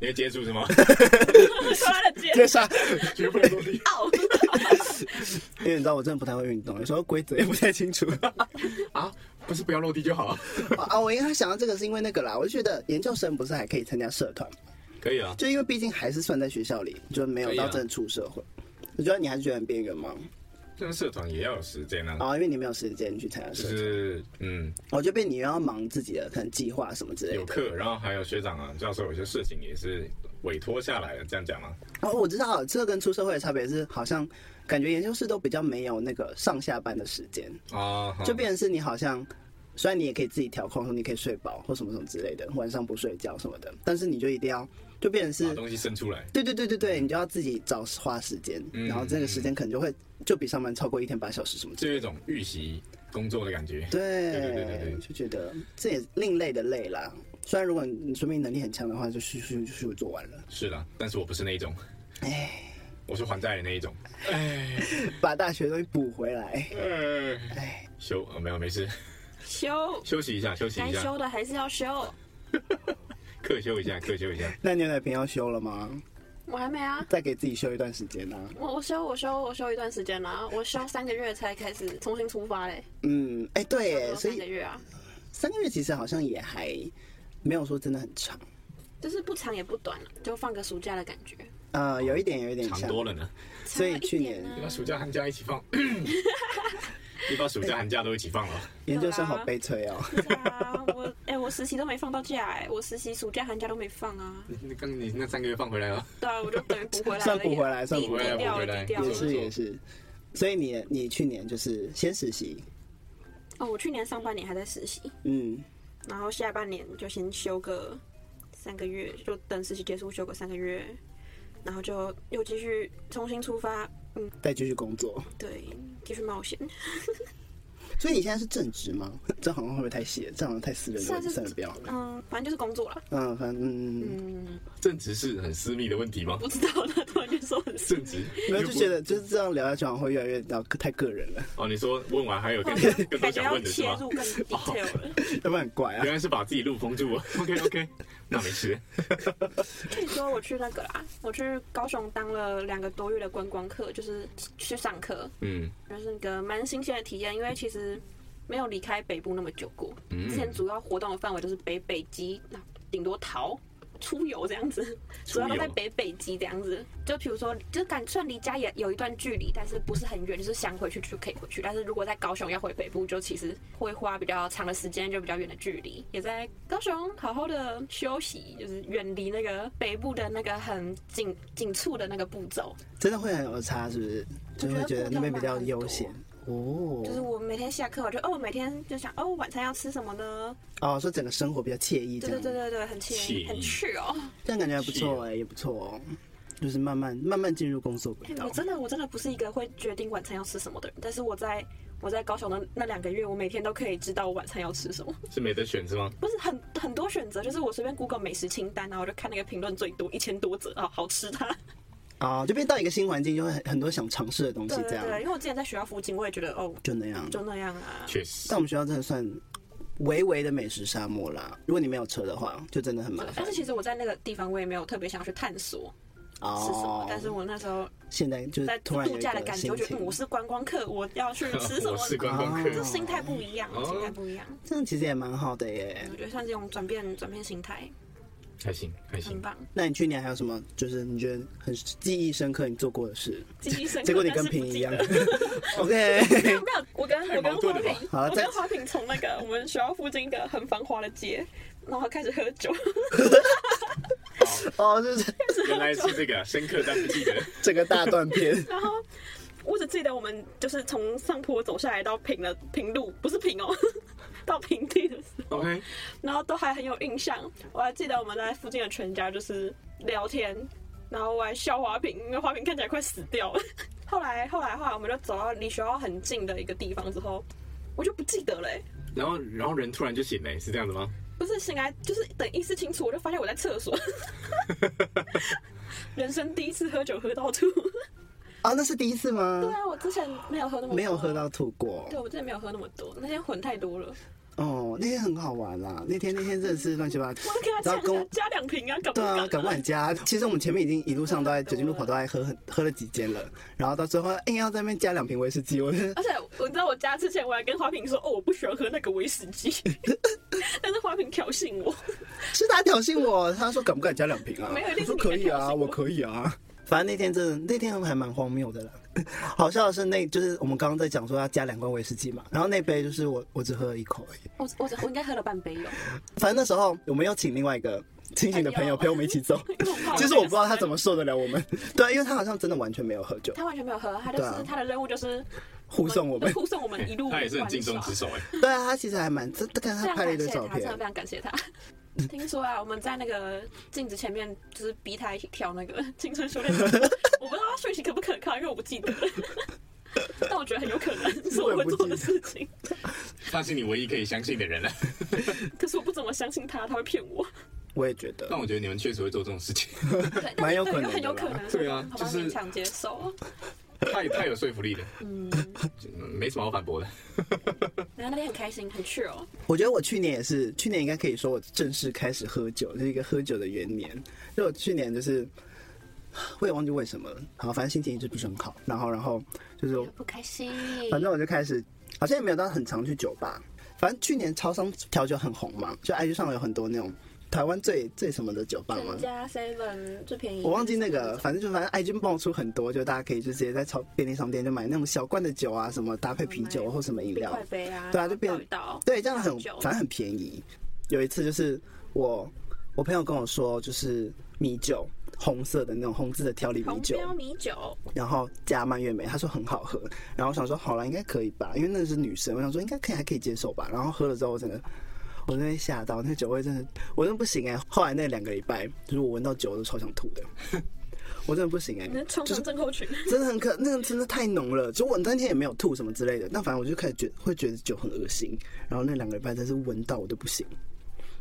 S1: 你会接住是吗？
S2: 刷了肩
S3: 接
S1: 啊
S3: 杀，
S1: 绝不能落 地。
S2: 哦，
S3: 因为你知道我真的不太会运动，有时候规则也不 太清楚。
S1: 啊，不是不要落地就好，
S3: 啊，我应该想到这个是因为那个啦，我就觉得研究生不是还可以参加社团，
S1: 可以啊。
S3: 就因为毕竟还是算在学校里，就没有
S1: 可以
S3: 到
S1: 啊
S3: 真的出社会。我觉得你还是觉得很边缘吗？
S1: 这个社团也要有时间啊，
S3: 啊，因为你没有时间去参加
S1: 就
S3: 社团，
S1: 是嗯，
S3: 我就变你又要忙自己的可能计划什么之类
S1: 有
S3: 的。
S1: 课，然后还有学长啊、教授，有些事情也是委托下来的，这样讲吗？
S3: 哦，我知道了，这个跟出社会的差别是，好像感觉研究室都比较没有那个上下班的时间，
S1: 啊，
S3: 就变成是你好像。虽然你也可以自己调控，说你可以睡饱或什么什么之类的，晚上不睡觉什么的，但是你就一定要就变成是
S1: 把东西生出来。
S3: 对对对对对，你就要自己找花时间，
S1: 嗯
S3: 然后这个时间可能就会就比上班超过一天八小时什么之
S1: 就
S3: 类
S1: 有一种预习工作的感觉。
S3: 的。对
S1: 对对对对对
S3: 就觉得这也另类的累啦。虽然如果你说明能力很强的话，就咻咻咻咻做完了，
S1: 是啦，但是我不是那一种，
S3: 哎，
S1: 我是还债的那一种。哎，
S3: 把大学的东西补回来，
S1: 哎
S3: 哎，
S1: 休啊、没有没事，
S2: 修
S1: 休息一下，休息
S2: 该
S1: 一下，
S2: 修的还是要修，
S1: 课休一下，课休一 下。
S3: 那牛奶瓶要修了吗？
S2: 我还没啊。
S3: 再给自己修一段时间啊。
S2: 我我修我修我修一段时间啦，我修三个月才开始重新出发嘞，
S3: 嗯，哎，对耶，所
S2: 三个
S3: 以
S2: 月啊，
S3: 三个月其实好像也还没有说真的很长，
S2: 就是不长也不短，啊就放个暑假的感觉。哦
S3: 呃，有一点有一点
S1: 长
S3: 像，
S1: 多了呢，
S3: 所以去年
S2: 长了一
S1: 你
S2: 点
S1: 把
S2: 啊
S1: 暑假寒假一起 放，你把暑假寒假都一起放了。
S3: 研究生好悲催哦。
S2: 是啊，我 哎、我实习都没放到假哎、我实习暑假寒假都没放 啊。
S1: 你你刚你那三个月放回来了，
S2: 对啊，我就等于补回来而已啊，
S3: 算补回来算
S2: 低
S3: 补
S1: 回来
S2: 低调
S1: 补回
S2: 了
S1: 来
S2: 低调
S3: 也
S2: 了
S1: 不错
S3: 是也是，所以你你去年就是先实习，
S2: 哦，我去年上半年还在实习，
S3: 嗯，
S2: 然后下半年就先休个三个月，就等实习结束休个三个月，然后就又继续重新出发，
S3: 再继续工作。
S2: 对，继续冒险，
S3: 所以你现在是正职吗？这好像会不会太细了？这好像太私人的
S2: 算
S3: 问题，
S2: 是
S3: 算了不要了。
S2: 嗯，反正就是工作啦。
S3: 嗯，反正嗯，
S2: 嗯，
S1: 正职是很私密的问题吗？
S2: 不知道他突然就说很
S1: 正职
S3: 没有就觉得就是这样聊下去，好像会越来越到太个人了，
S1: 哦，你说问完 还有 更
S2: 深，
S1: 更多
S2: 感觉
S1: 想
S2: 要
S1: 问的是
S2: 切
S1: 吗？哦
S2: 入更 detail 了。
S3: 要不然很怪啊
S1: 原。来是把自己路封 住了。OK OK，那没事。
S2: 可以说我去那个啦，我去高雄当了两个多月的观光客，就是去上课，
S1: 嗯，
S2: 就是一个蛮新鲜的体验。因为其实没有离开北部那么久过。
S1: 嗯
S2: 之前主要活动的范围就是北北基，那顶多逃出游这样子，
S1: 出
S2: 主
S1: 游
S2: 要都在北北基这样子。就比如说，就感算离家也有一段距离，但是不是很远，就是想回去就可以回去。但是如果在高雄要回北部，就其实会花比较长的时间，就比较远的距离。也在高雄好好的休息，就是远离那个北部的那个很紧紧促的那个步骤。
S3: 真的会很有差，是不是？就会觉得那边比较悠闲哦。
S2: 就是我每天下课，我就哦，每天就想哦，晚餐要吃什么呢？
S3: 哦，说整个生活比较惬意这
S2: 对
S3: 样
S2: 对，对对对，很惬
S1: 惬意
S2: 意，很趣哦。
S3: 这样感觉还不错哎、也不错哦。就是慢慢慢慢进入工作轨
S2: 哎
S3: 道
S2: 我，真的我真的不是一个会决定晚餐要吃什么的人，但是我在我在高雄的那两个月，我每天都可以知道我晚餐要吃什么，
S1: 是没得选是吗？
S2: 不是很很多选择，就是我随便 Google 美食清单，然后我就看那个评论最多一千多则啊，好吃 它。
S3: 哦，就变到一个新环境，就会很很多想尝试的东西
S2: 对，
S3: 这
S2: 对
S3: 样
S2: 对，因为我之前在学校附近，我也觉得哦，
S3: 就那样。
S2: 就那样啊。
S1: 确实
S3: 但，我们学校真的算微微的美食沙漠啦。如果你没有车的话，就真的很麻
S2: 对
S3: 烦
S2: 但是其实我在那个地方，我也没有特别想要去探索是什么，
S3: 哦。
S2: 但是我那时候
S3: 现在就是
S2: 在
S3: 突然
S2: 度
S3: 有一
S2: 假的
S3: 个
S2: 感觉，我
S3: 心
S2: 觉得嗯
S3: 情
S2: 我，是观光客，我要 去吃什
S1: 我
S2: 么，
S1: 是观光
S3: 哦
S2: 这
S1: 客，
S2: 心态不一样，
S1: 哦
S2: 心态不一样。
S3: 这样其实也蛮好的耶
S2: 我。觉得像这种转变转变心态
S1: 还行还
S2: 很
S1: 行。
S2: 棒，
S3: 那你去年还有什么就是你觉得很记忆深刻你做过的事？
S2: 记忆深刻。
S3: 结果你跟
S2: 哎但是不
S3: 平一
S2: 记
S3: 样
S2: 得。 没
S3: ，OK，
S2: 有没有，我跟
S1: 太
S2: 我跟
S1: 矛盾
S2: 花
S1: 了吧
S2: 瓶，
S3: 好了
S2: 我
S3: 再
S2: 跟花瓶从那个我们学校附近一个很繁华的街，然后开始喝酒，
S3: 哦，就是
S1: 原来是这个啊深刻但不记 得，
S3: 整个大断片。
S2: 然后我只记得我们就是从上坡走下来到平了平路，不是平哦， 到平地的时候。
S1: OK，
S2: 然后都还很有印象。我还记得我们在附近的全家就是聊天，然后我还笑花瓶，因为花瓶看起来快死掉了。 后来后来后来，我们就走到离学校很近的一个地方之后，我就不记得了、欸。
S1: 然后然后人突然就醒了，是这样子吗？
S2: 不是醒来，就是等意识清楚，我就发现我在厕 所。人生第一次喝酒喝到吐。
S3: 啊，那是第一次
S2: 对
S3: 吗？
S2: 啊，我之前没有喝那么多
S3: 没有喝。到吐过
S2: 对，。我之前没有喝那么多，那天混太多了。
S3: 哦，那天很好玩啦，那天那天真的是乱七八糟
S2: 我。给他
S3: 然
S2: 加
S3: 后跟
S2: 加
S3: 我
S2: 加两瓶啊，搞不
S3: 对
S2: 搞、
S3: 啊，赶快加。其实我们前面已经一路上都在酒精路跑，都在喝很喝了几间了，然后到最后硬要在那边加两瓶威士忌，我是
S2: 而且我知道我家之前我还跟花瓶说，哦，我不喜欢喝那个威士忌， 但是花瓶挑衅我，
S3: 是他挑衅我，他说敢不敢加两瓶啊？
S2: 没有一定
S3: 我
S2: 是
S3: 说
S2: 你
S3: 可以
S2: 挑衅
S3: 啊，
S2: 我
S3: 我可以啊。反正那天真的，那天还蛮荒谬的啦。 好笑的是那，就是我们刚刚在讲说要加两罐威士忌嘛，然后那杯就是我我只喝了一口而已。
S2: 我我我应该喝了半杯哦有，
S3: 反正那时候我们又请另外一个清醒的朋
S2: 哎
S3: 友陪我们一起走， 其实我不知道他怎么受得了我们，对，因为他好像真的完全没有喝酒，
S2: 他完全没有喝，他就是、
S3: 对啊
S2: 他的任务就是
S3: 护送我们。
S2: 护送我们一路 玩耍，
S1: 他也是很尽忠 职守哎。
S3: 对啊，他其实还蛮，这但
S2: 非
S3: 是他
S2: 常
S3: 拍了一
S2: 啊感
S3: 堆
S2: 谢
S3: 照
S2: 他，真的
S3: 片
S2: 非，常感谢他。 听说啊，我们在那个镜子前面，就是逼他一起跳那个青春修炼 手册，我不知道他讯息可不可靠，因为我不记得 了。但我觉得很有可能是我会做的事情，
S1: 他是你唯一可以相信的人了。啊
S2: 可是我不怎么相信他，他会骗我。
S3: 我也觉得
S1: 但。我觉得你们确实会做这种事情，
S2: 对
S3: 蛮有可能的
S2: 但是很有可
S3: 吧
S2: 能，
S1: 对啊
S2: 好
S1: 就
S2: 吧，
S1: 是
S2: 勉强接受。
S1: 太太有说服力了，
S2: 嗯，
S1: 嗯没什么好反驳的。
S2: 然后那天很开心，很 chill 哦。
S3: 我觉得我去年也是，去年应该可以说我正式开始喝酒，就是一个喝酒的元年。就我去年就是，我也忘记为什么了，好，反正心情一直不是很好。然后，然后就是我
S2: 不开心，
S3: 反正我就开始，好像也没有到很常去酒吧。反正去年超商调酒很红嘛，就 IG 上有很多那种台湾最最什么的酒吧嘛
S2: 全。家 seven 最便宜。
S3: 我忘记那个，反正就反正 IG 冒出很多，就大家可以就直接在超便利商店就买那种小罐的酒啊，什么搭配啤酒或什么饮
S2: 冰
S3: 料
S2: 块，杯啊，
S3: 对啊就变
S2: 倒一倒。
S3: 对，这样很
S2: 酒
S3: 反正很便宜。有一次就是我我朋友跟我说，就是米酒红色的那种红字的调理米
S2: 红
S3: 酒，
S2: 标米酒，
S3: 然后加蔓越莓，他说很好喝，然后我想说好了，应该可以吧，因为那是女生，我想说应该可以还可以接受吧，然后喝了之后我整个。我真的吓到，那酒味真的，我真的不行哎、后来那两个礼拜，就是我闻到酒我都超想吐的， 我真的不行哎、
S2: 你的床
S3: 就是
S2: 上症候群。
S3: 真的很可，那个真的太浓了。就我那天也没有吐什么之类的，但反正我就开始觉会觉得酒很恶心。然后那两个礼拜真是闻到我都不行。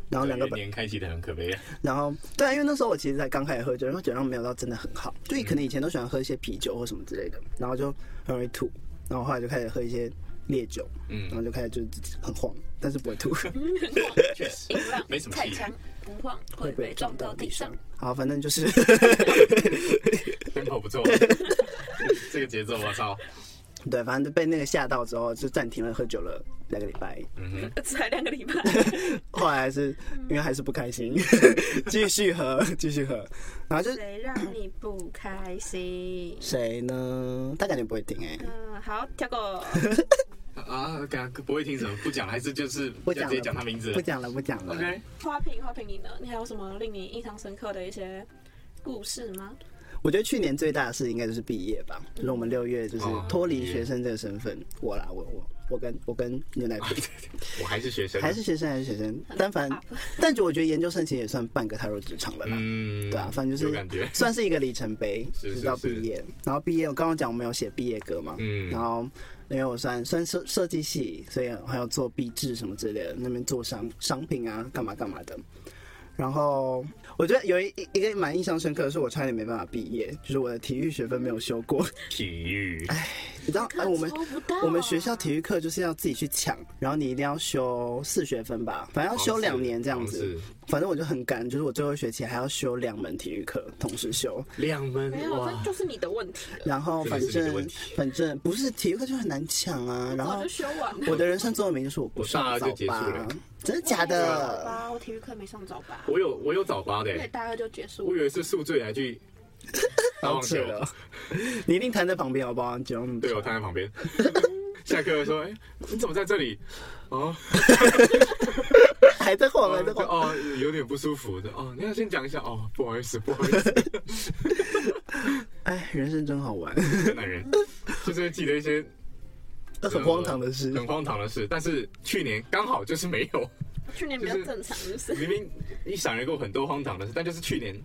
S3: 然后两个
S1: 元
S3: 本，
S1: 年开启的很可悲啊，
S3: 然后对啊，因为那时候我其实才刚开始喝酒，然后酒量没有到真的很好，就可能以前都喜欢喝一些啤酒或什么之类的，然后就很容易吐。然后后来就开始喝一些烈酒，
S1: 嗯
S3: 然后就开始就 自己很晃，但是不会吐，
S1: 确实
S2: 音浪
S1: 没什么
S2: 太
S1: 戏。
S2: 强，不晃会被撞到地上。。
S3: 好，反正就是。
S1: tempo 不错，这个节奏我操，
S3: 对，反正就被那个吓到之后，就暂停了喝酒了两个礼 拜。
S1: 嗯哼，
S2: 才两个礼 拜，
S3: 后来还是因为还是不开心， 继续喝，继续喝。然后就
S2: 谁让你不开心？
S3: 谁呢？他感觉不会听哎、
S2: 嗯，好，跳过。
S1: 啊，敢不会听什么，不讲，还是就是
S3: 不
S1: 就
S3: 讲
S1: 直
S3: 了
S1: 接讲他名字
S3: 不讲了，不讲了。
S1: ，OK，
S2: 花瓶，花瓶，你呢？你还有什么令你印象深刻的一些故事吗？
S3: 我觉得去年最大的事应该就是毕业吧，就是我们六月就是
S1: 哦
S3: 脱
S1: 毕
S3: 离
S1: 业了
S3: 学生这个身份，我啦，我我我跟我跟牛奶 瓶
S1: 我还是学生，
S3: 还是学生还是学生，但反
S2: 很 up
S3: 但就我觉得研究生其实也算半个踏入职场了啦。
S1: 嗯，
S3: 对啊，反正就
S1: 有
S3: 是
S1: 感觉，
S3: 算是一个里程碑，
S1: 是
S3: 直
S1: 是
S3: 到
S1: 是
S3: 毕业。然后毕业，我刚刚讲我们有写毕业歌嘛，
S1: 嗯
S3: 然后因为我算算设设计系，所以还有做壁纸什么之类的，那边做商商品啊，干嘛干嘛的。然后我觉得有一一一个蛮印象深刻的是，我差点没办法毕业，就是我的体育学分没有修过。
S1: 体育，
S3: 你知道，哎，我们
S2: 抽不到啊
S3: 我们学校体育课就是要自己去抢，然后你一定要修四学分吧，反正要修两年这样
S1: 好像
S3: 子
S1: 哦是。哦
S3: 反正我就很赶，就是我最后一学期还要修两门体育课，同时修。
S1: 两门
S2: 没有，这
S1: 哇，
S2: 就是你的问题了。
S3: 然后反
S1: 这个是你的
S3: 正
S1: 问题
S3: 反正不是体育课就很难抢啊。然
S2: 我
S3: 后
S2: 就修完了。
S3: 我的人生座右铭就是我不
S1: 我大
S3: 上
S1: 二
S3: 早
S1: 就结束
S3: 八
S1: 了，
S3: 真的假
S2: 早
S3: 的？
S2: 八，我体育课没上早八，
S1: 我有我有早八的
S2: 因为
S1: 欸，
S2: 大二就结束
S1: 我以
S2: 了。
S1: 为是宿醉还去打
S3: 好
S1: 网球
S3: 扯，哦了， 你一定弹在旁边好不好？你就
S1: 对哦我躺在旁 边，下课说，哎，你怎么在这里？哦，
S3: 还在晃，还在晃。
S1: 哦，有点不舒服的，哦，你要先讲一下，哦，不好意思，不好意思，
S3: 哎，人生真好 玩，
S1: 真男人，就是记得一些
S3: 很荒唐的事。
S1: 很荒唐的事，但是去年刚好就是没有，
S2: 去年比较正常，是不 是？
S1: 明明一闪而过很多荒唐的事，但就是去年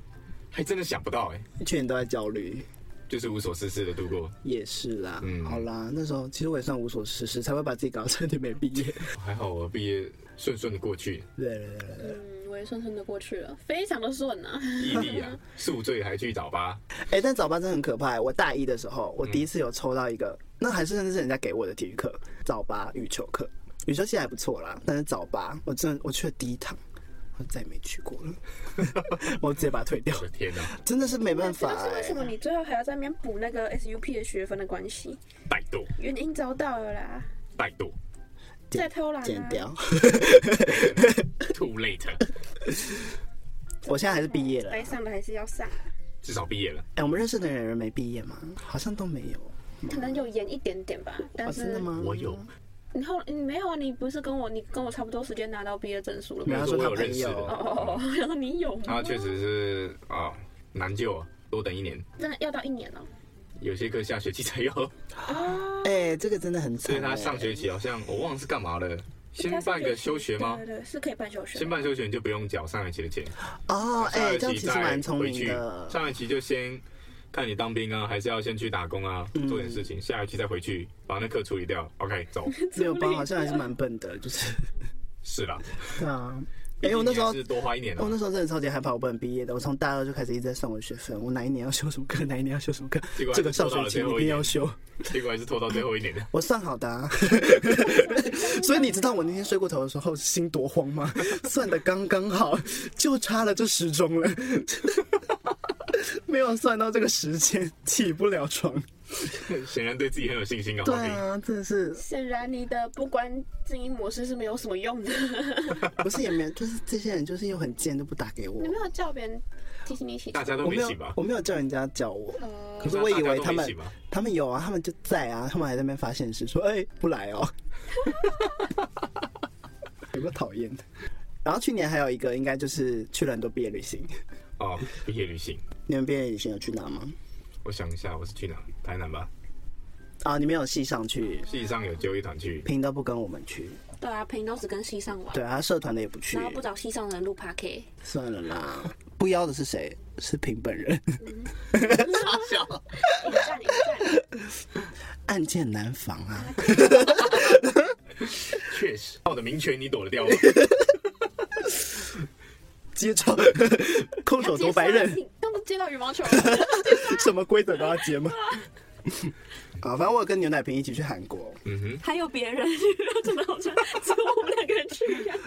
S1: 还真的想不到、哎，
S3: 去年都在焦虑。
S1: 就是无所事事的度过，
S3: 也是啦，
S1: 嗯
S3: 好啦，那时候其实我也算无所事事，才会把自己搞得 彻底没毕业。
S1: 还好我毕业顺顺的过去，
S3: 对对对对对，
S2: 嗯，我也顺顺的过去了，非常的顺啊。
S1: 毅力啊，宿醉还去早八，
S3: 哎、但早八真的很可怕、我大一的时候，我
S1: 嗯
S3: 第一次有抽到一个，那还是真的是人家给我的体育课，早八羽球课，羽球现在还不错啦，但是早八我真的我去了第一堂，我再也没去过 了，我直接把它退掉
S1: 我，的天哪、
S3: 真的是没办法、
S2: 这就是为什么
S3: 欸。
S2: 你最后还要在那边补那个 SUP 的学分的关系，
S1: 怠惰，
S2: 原因找到了啦，
S1: 怠惰
S3: 剪
S2: 在偷懒
S3: 哎剪
S2: 啊。
S3: 掉，
S1: ，too late，
S3: 我现在还是毕业了。
S2: 该上的还是要上，啊
S1: 至少毕业了，
S3: 哎、我们认识的人有人没毕业吗？好像都没有。
S2: 可能有延一点点吧，但
S3: 哦，真
S2: 是
S3: 的吗？
S1: 我有，
S2: 你后你没有啊？你不是跟我你跟我差不多时间拿到毕业证书了
S3: 没有，
S2: 吗？
S3: 他说
S1: 我
S3: 他
S1: 有
S3: 朋
S1: 认识的
S2: 哦
S3: 友，
S2: 哦哦， 我想说你有吗
S1: 啊，？确实是啊、难救、啊，多等一年，
S2: 真的要到一年哦了。
S1: 有些课下学期才有，
S2: 啊，
S3: 哎、这个真的很惨、
S1: 所
S3: 欸。
S1: 以他上学期好像我忘了是干嘛了，先办个休学吗
S2: 对？对，对是可以办休学。
S1: 先办休学你就不用缴上学期的钱，
S3: 哦，哎、
S1: 下学
S3: 这样
S1: 期
S3: 其实蛮聪明的
S1: 再回去。上学期就先看你当兵啊，还是要先去打工啊，
S3: 嗯
S1: 做点事情，下学期再回去把那课处理掉。OK，走。
S3: 六班好像还是蛮笨的，就是
S1: 是啦，
S3: 对啊。哎、我那时候
S1: 毕竟你还，是多花一年啊了
S3: 我。那时候真的超级害怕我不能毕业的。我从大二就开始一直在算我的学分，我哪一年要修什么课，哪一年要修什么课
S1: 结果，还是
S3: 这个上学期一定要修。
S1: 结果还是拖到最后一年的。
S3: 我算好的、啊， 所以你知道我那天睡过头的时候心多慌吗？算的刚刚好，就差了这时钟了， 没有算到这个时间，起不了床。
S1: 显然对自己很有信心啊，
S3: 对
S1: 花瓶。
S3: 啊，真的是
S2: 显然你的不关静音模式是没有什么用的，
S3: 不是也没有，就是这些人就是又很贱，都不打给我
S2: 你。没有叫别人提醒你一起
S1: 大。
S2: 床
S1: 家都
S3: 我
S1: 没
S3: 没有
S1: 醒吧，？
S3: 我没有叫人家叫我，
S2: 呃
S3: 可是我以为他
S1: 大家都没
S3: 们
S1: 醒吧
S3: 他们有啊，他们就在啊，他们还在那边发现实说，哎、不来哦， 有个讨厌的。然后去年还有一个，应该就是去了很多毕业旅行。
S1: 哦，毕业旅行。
S3: 你们毕业旅行有去哪吗？
S1: 我想一下，我是去哪？台南吧。
S3: 啊，你们有系上去，
S1: 系上有揪一团去，
S3: 平都不跟我们去，
S2: 对啊，平都只跟西上玩，
S3: 对啊，社团的也不去
S2: 然，后不找西上人录 p a r k
S3: 算了啦。不邀的是谁？是平本人，
S2: 嗯 一个站一个站，
S3: 暗箭难防 啊。
S1: 确实，哦我的民权你躲得掉吗？
S3: 接招，空手夺白刃，
S2: 刚接到羽毛球，
S3: 什么规则都要接吗？ 啊，反正我有跟牛奶瓶一起去韩国。
S1: 嗯哼，
S2: 还有别人， 真的好像只有我们两个人去一样，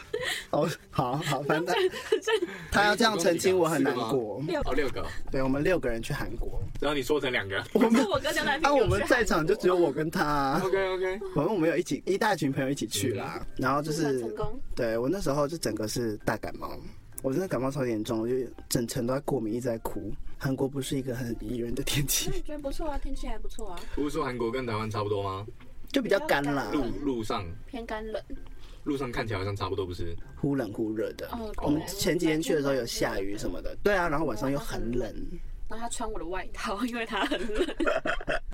S3: 哦，好好，反正他
S2: 很像
S3: 他 要这样澄清，我很难 过。
S2: 六
S1: 哦，六个，
S3: 对，我们六个人去韩国，
S1: 然后你说成两个。
S3: 我们
S2: 是我跟牛奶瓶
S3: 啊，
S2: 有
S3: 我
S2: 去
S3: 们在场就只有我跟他、
S1: OK OK，
S3: 反正我们有一起一大群朋友一起去啦，然后就
S2: 韩国
S3: 是
S2: 成功，
S3: 对我那时候就整个是大感冒，我真的感冒超严重，我就整程都在过敏，一直在哭。韩国不是一个很宜人的天气
S2: 那，你觉得不错啊，天气还不错啊，
S1: 不是说韩国跟台湾差不多吗？
S3: 就比较干啦，
S1: 路路上
S2: 偏干冷，
S1: 路上看起来好像差不多，不是？
S3: 忽冷忽热的。
S2: 哦对
S3: 我们前几天去的时候有下雨什么的，对啊，然后晚上又很冷，
S2: 然后他穿我的外套，因为他很 冷，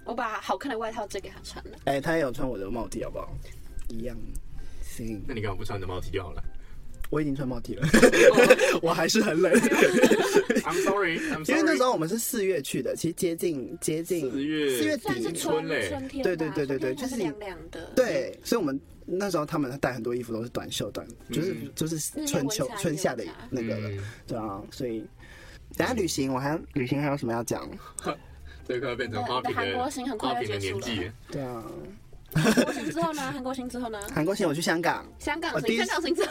S2: 我把好看的外套借给他穿了，
S3: 哎、他也有穿我的帽 T 好不好？一样。行，
S1: 那你干嘛不穿你的帽 T 就好了
S3: 我已经穿帽 T 了，
S2: 哦
S3: 我还 是很冷，
S1: ？I'm sorry，I'm sorry。
S3: 因为那时候我们是四月去的，其实接近接近
S1: 四月
S3: 四月
S2: 算是
S3: 底，
S2: 春
S1: 春嘞
S2: 春天吧，
S3: 对对对对对
S2: 春天还
S3: 就是是你
S2: 凉凉的，
S3: 对，所以我们那时候他们带很多衣服都是短袖短，就是
S1: 嗯
S3: 就是春秋春夏的那个了，
S1: 嗯
S3: 对啊，所以等下旅行我还旅行还有什么要讲？
S1: 这个变成花瓶
S2: 韩国
S1: 的
S2: 行很快
S1: 花
S2: 就
S1: 瓶的
S2: 结束
S1: 年
S2: 了
S1: 纪了，
S3: 对啊，
S2: 韩国行之后 呢？韩国行之后呢？啊
S3: 韩国行我去香港，
S2: 香港
S3: 我第一
S2: 行，香港行之后，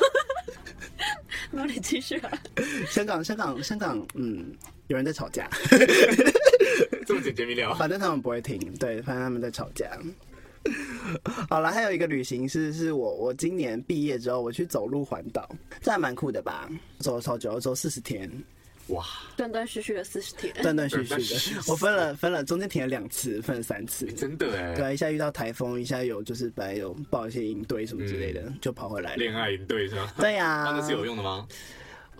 S2: 没有你继续啊。
S3: 香港香港香港，嗯，有人在吵 架，
S1: 这么简洁明 了。
S3: 反正他们不会听，对，反正他们在吵架。好了，还有一个旅行是是我我今年毕业之后我去走路环岛，这还蛮酷的吧？走了超久，走四十天，
S1: 哇，
S2: 断断续续了四十天，
S1: 哎
S3: 断断续续
S1: 断断续
S3: 的，
S1: 续
S3: 我分了分了，中间停了两次，分了三次。
S1: 真的哎，
S3: 对，啊一下遇到台风，一下有就是本来有报一些营队什么之类的，
S1: 嗯
S3: 就跑回来了。
S1: 恋爱营队是吧？
S3: 对呀、
S1: 啊那是有用的吗？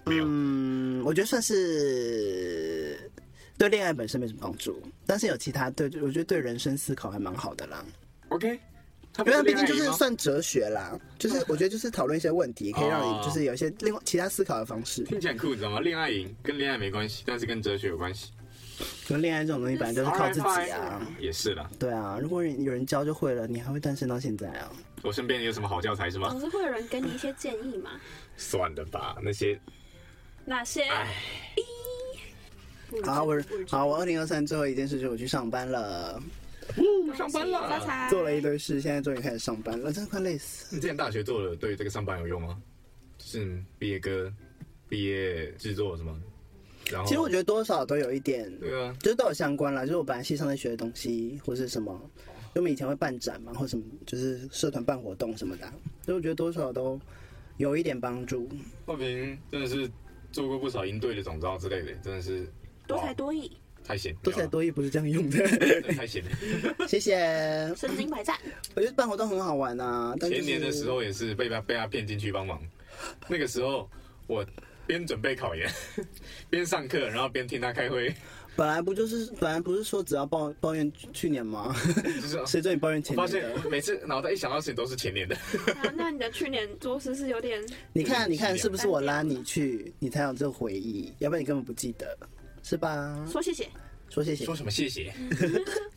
S1: 没有。
S3: 嗯，我觉得算是对恋爱本身没什么帮助，但是有其他对，我觉得对人生思考还蛮好的啦。
S1: OK，他不
S3: 因为它
S1: 是
S3: 毕
S1: 恋
S3: 竟
S1: 爱
S3: 就
S1: 营
S3: 是
S1: 吗？
S3: 算哲学啦，就是我觉得就是讨论一些问题，可以让
S1: 哦
S3: 你就是有一些另外其他思考的方式。
S1: 听起来很酷，你知道吗？恋爱营跟恋爱没关系，但是跟哲学有关系。
S3: 可能恋爱这种东西本来就是靠自己啊。
S1: 也是啦，
S3: 对啊，如果人有人教就会了，你还会单身到现在啊？
S1: 我身边有什么好教材是吗
S2: 总？是会有人给你一些建议嘛？
S1: 算了吧，那些哎
S2: 哪些？
S1: 唉，
S3: 好，我好，我二零二三最后一件事就是我去上班了，
S1: 哦，上班
S2: 发
S1: 了。
S2: 财，
S3: 做了一堆事，现在终于开始上班了，真的快累死。
S1: 你之前大学做的，对于这个上班有用吗？就是毕业歌、毕业制作什么？然后
S3: 其实我觉得多少都有一点，
S1: 对啊，
S3: 就是都有相关啦，就是我本来系上在学的东西，或是什么，就我们以前会办展嘛，或什么，就是社团办活动什么的啊，所以我觉得多少都有一点帮助。
S1: 浩平真的是做过不少应对的总招之类的，真的是
S2: 多才多艺，
S1: 太闲，
S3: 多才多艺不是这样用
S1: 没
S3: 的，
S1: 有啦真的太闲。 啊
S3: 谢谢。
S2: 身经百战。
S3: 我觉得办活动很好玩啊，但、就是、
S1: 前年的时候也是被他被他骗进去帮忙，那个时候我边准备考研，边上课，然后边听他开会，
S3: 本来不就是本来不是说只要抱抱怨去年吗？
S1: 就是
S3: 谁准你抱怨前
S1: 啊发
S3: 年
S1: 现
S3: 的？
S1: 每次脑袋一想到事情都是前年的，
S2: 啊，那你的去年做事是有点
S3: 你看你看是不是我拉你去，你才有这个回忆，要不然你根本不记得，是吧？
S2: 说谢谢，
S3: 说谢谢
S1: 说，什么谢 谢，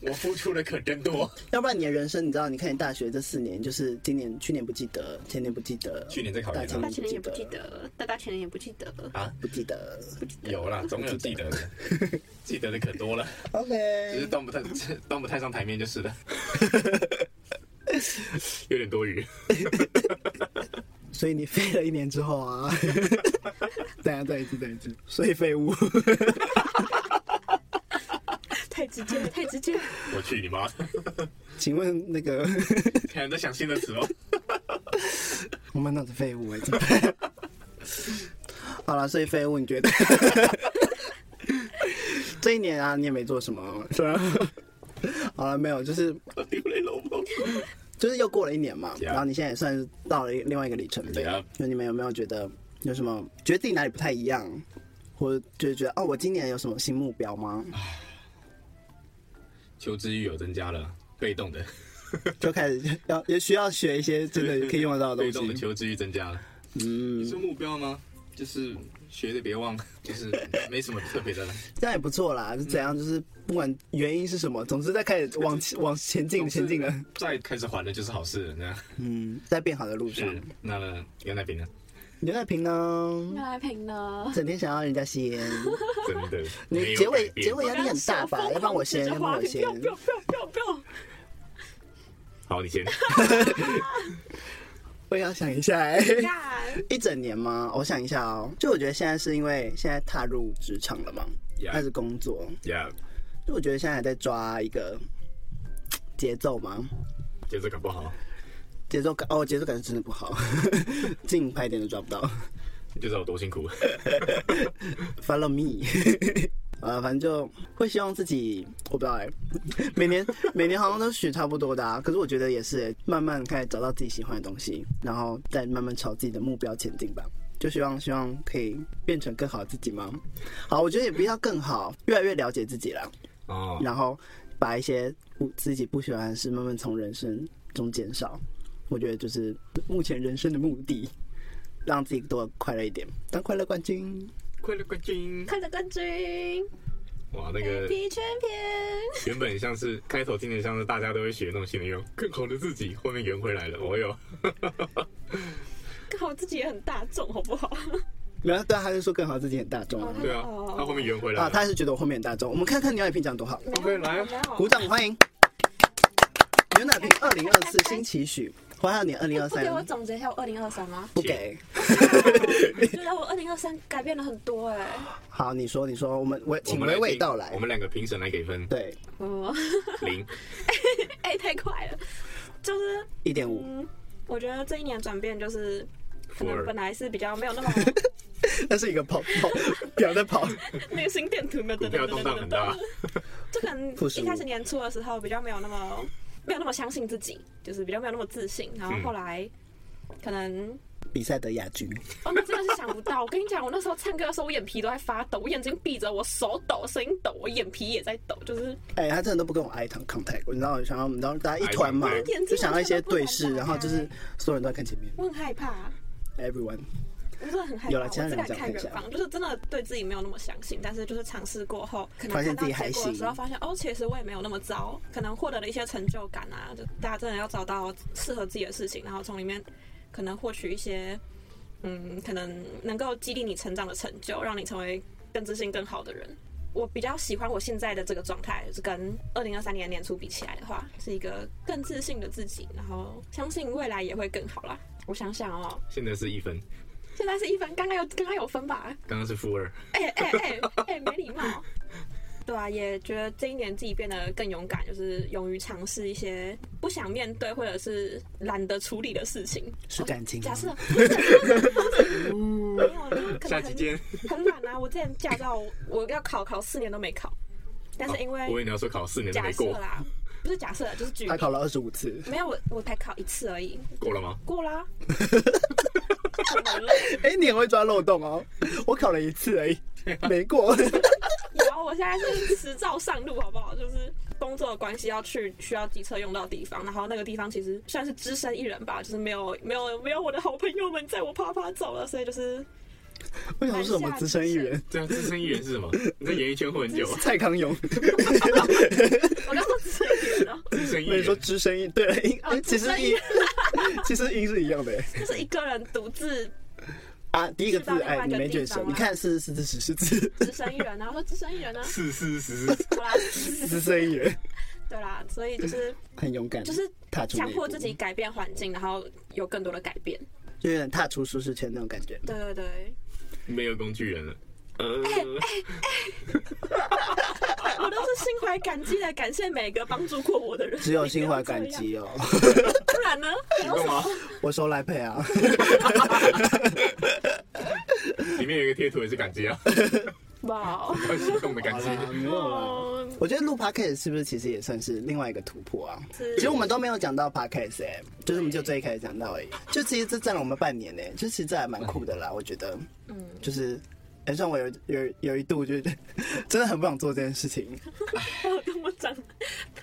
S1: 我付出的可真多。
S3: 要不然你的人生，你知道，你看你大学这四年，就是今年、去年不记得，前年不记得，
S1: 去年在考研
S3: 大
S1: 啊
S3: 前
S2: 大
S3: 年
S2: 前
S3: 不
S2: 年也
S3: 嗯记
S2: 不记
S3: 得，
S2: 得，大大前年也不记得，
S3: 不记得。
S1: 有 啦，总有记得的，记得的可多了，只是
S3: OK，
S1: 端不太端不太上台面就是了， 有点多余。
S3: 所以你废了一年之后啊，再来再一次再一次，啊所以废物。
S2: 太直接了，太直接了。
S1: 我去你妈！
S3: 请问那个
S1: 看你在想新的 词哦。
S3: 我们脑子废物哎、怎么办？好了，所以废物你 觉得？这一年啊，你也没做什么，对啊。 好了，没有，就是
S1: 我丢雷龙包。
S3: 就是又过了一年嘛
S1: Yeah.
S3: 然后你现在也算是到了另外一个里程碑。
S1: Yeah.
S3: 那你们有没有觉得有什么觉得自己哪里不太一样，或者就是觉得哦，我今年有什么新目 标吗？
S1: 求知欲有增加了，被动的，
S3: 就开始要也需要学一些真的可以用得到的
S1: 被
S3: 东
S1: 动的
S3: 西。
S1: 求知欲增加了。
S3: 嗯，
S1: 是目标吗？就是学的别忘，就是没什么特别的 了。
S3: 这样也不错啦。是怎样？就是不管原因是什么，总之在开始往前往前进前进了。
S1: 再开始还的就是好事了，那
S3: 嗯，在变好的路上。
S1: 是那了牛奶瓶呢？
S3: 牛奶瓶呢？
S2: 牛奶瓶呢？
S3: 整天想要人家先，
S1: 真的，
S3: 你
S1: 没有
S3: 结尾
S1: 改变
S3: 结尾压力很大吧？要不然我先，要不然我先。
S2: 不要不要不要！要不要，
S1: 好，你先。
S3: 我也要想一下、 哎。
S2: 干
S3: 一整年吗？我想一下哦。就我觉得现在是因为现在踏入职场了嘛
S1: Yeah
S3: 开始工作，
S1: Yeah，
S3: 就我觉得现在还在抓一个节奏嘛，
S1: 节奏感不好，
S3: 节奏感哦，节奏感是真的不好， 近拍一点都抓不到。
S1: 你就知道我多辛苦。
S3: Follow me 啊，反正就会希望自己，我不知道哎、每年每年好像都许差不多的啊。可是我觉得也是、欸，慢慢开始找到自己喜欢的东西，然后再慢慢朝自己的目标前进吧。就希望希望可以变成更好的自己吗？好，我觉得也不要更好，越来越了解自己啦，
S1: 哦，
S3: 然后把一些不自己不喜欢的事慢慢从人生中减少。我觉得就是目前人生的目的，让自己多快乐一点，当快乐冠军。
S1: 快乐冠军！
S2: 快乐冠军
S1: 哇，那个
S2: ，Happy 圈篇，
S1: 原本像是开头听的像是大家都会学那种新的用更好的自己，后面圆回来了。哦我有，
S2: 刚好自己也很大众，好不好？
S3: 然后对啊，他就说更好自己很大众啊
S2: 哦
S1: 对啊
S2: 哦，
S1: 他后面圆回来
S3: 啊，
S1: 了。
S3: 他还是觉得我后面很大众。我们看看牛奶瓶讲多好，
S1: OK，来啊，
S2: 有
S3: 鼓掌欢迎牛奶瓶二零二四新期许，还有你二零二
S2: 不给我
S3: 三？
S2: 总结一下我二零二三吗
S3: 不给。
S2: 我觉得我二零二三改变了很多哎、
S3: 好，你说你说，我们我
S1: 我
S3: 请
S1: 们
S3: 娓
S1: 来
S3: 娓
S1: 听
S3: 道来
S1: 我。们两个评审来给分，
S3: 对，
S2: 哦，
S1: 零。
S2: 哎、太快了，就是
S3: 一点五，
S2: 嗯，我觉得这一年转变就是，可
S1: 负
S2: 能
S1: 二
S2: 本来是比较没有那 么嗯
S3: 那是一个跑跑 表在跑。
S2: 那个心电图没有
S1: 股票动荡很大，
S2: 就可能
S3: 负十五
S2: 一开始年初的时候比较没有那么没有那么相信自己，就是比较没有那么自信，然后
S1: 嗯
S2: 后来可能。
S3: 比赛得亚军，
S2: 哦，你真的是想不到！我跟你讲，我那时候唱歌的时候，我眼皮都在发抖，我眼睛闭着，我手抖，声音抖，我眼皮也在抖，就是
S3: 哎，他真的都不跟我 eye contact，你知道，我想要，你知道，大家一团嘛
S1: Eye，
S2: contact
S3: 就想要一些对视，然后就是所有人都在看前面
S2: 我很害怕，啊
S3: ，everyone。
S2: 我真的很害
S3: 有
S2: 怕，
S3: 啦
S2: 我
S3: 其他
S2: 只
S3: 人
S2: 敢
S3: 这样
S2: 看
S3: 看一下
S2: 远方，就是真的对自己没有那么相信，但是就是尝试过后，可能
S3: 发现
S2: 看
S3: 自
S2: 到
S3: 己还
S2: 结果的时候，
S3: 行
S2: 发现哦，其实我也没有那么糟，可能获得了一些成就感啊，就大家真的要找到哦适合自己的事情，然后从里面可能获取一些，嗯，可能能够激励你成长的成就，让你成为更自信、更好的人。我比较喜欢我现在的这个状态，就是跟二零二三年年初比起来的话，是一个更自信的自己，然后相信未来也会更好啦。我想想哦，
S1: 现在是一分，
S2: 现在是一分，刚刚有刚刚有分吧？
S1: 刚刚是负二。
S2: 哎哎哎哎，没 礼貌。对啊，也觉得这一年自己变得更勇敢，就是勇于尝试一些不想面对或者是懒得处理的事情。
S3: 是感
S1: 嗯
S3: 情吗
S2: 假设 不是没有，就是可
S1: 下
S2: 能
S1: 期
S2: 很
S1: 见。
S2: 很懒啊。我之前驾照我要考，考四年都没考，但是因
S1: 哦我以为
S2: 为
S1: 你要说考四年都
S2: 假
S1: 没
S2: 设啊
S1: 过，
S2: 啦，不是假设，就是举例
S3: 他考了二十五次，
S2: 没有我我才考一次而已，
S1: 过了吗？
S2: 过啦。怎么了？
S3: 哎，你很会抓漏洞哦。我考了一次而已，没过。
S2: 然后我现在是执照上路，好不好？就是工作的关系要去需要机车用到的地方，然后那个地方其实算是只身一人吧，就是没有没有没有我的好朋友们在我啪啪走了，所以就是
S3: 为什么是我们资深艺人？
S1: 对啊，资深艺人是什么？你在演艺圈混很久，
S3: 蔡康永，
S2: 我刚说只身一人哦，
S1: 资深艺
S3: 那你说
S1: 人。
S3: 资深艺对了音，
S2: 哦
S3: 其
S2: 资
S3: 实
S2: 深艺
S3: 音其实音是一样的欸
S2: 就是一个人独自
S3: 啊。第一个字
S2: 去到另外
S3: 哎，
S2: 一
S3: 你
S2: 个
S3: 没卷
S2: 地
S3: 舌
S2: 方，啊
S3: 你看是是是是是是
S2: 只身一人啊，然后说只身一人呢、啊，
S1: 是是是是，
S2: 好啦，
S3: 资深艺人，
S2: 对啦，所以就是
S3: 很勇敢，
S2: 就是
S3: 踏出那
S2: 强
S3: 一
S2: 迫
S3: 步
S2: 自己，改变环境，然后有更多的改变，
S3: 就有点踏出舒适圈那种感觉。
S2: 对对对。
S1: 没有工具人了。呃，
S2: 哎 我都是心怀感激的，感谢每个帮助过我的人。
S3: 只有心怀感激 哦，
S2: 不然呢？还有
S1: 干
S2: 什么
S1: 嘛？
S3: 我收来配啊，
S1: 里面有一个贴图也是感激啊，
S2: 哇，
S1: 很心动的感激。
S3: 没有啦。
S2: 哦
S3: 我觉得录 podcast 是不是其实也算是另外一个突破啊？
S2: 是
S3: 其实我们都没有讲到 podcast 哎、就是我们就最一开始讲到而已。就其实这占了我们半年呢、欸就其实这还蛮酷的啦，我觉得。嗯，就是，哎、像我有有有一度就是真的很不想做这件事情。
S2: 他有跟我讲，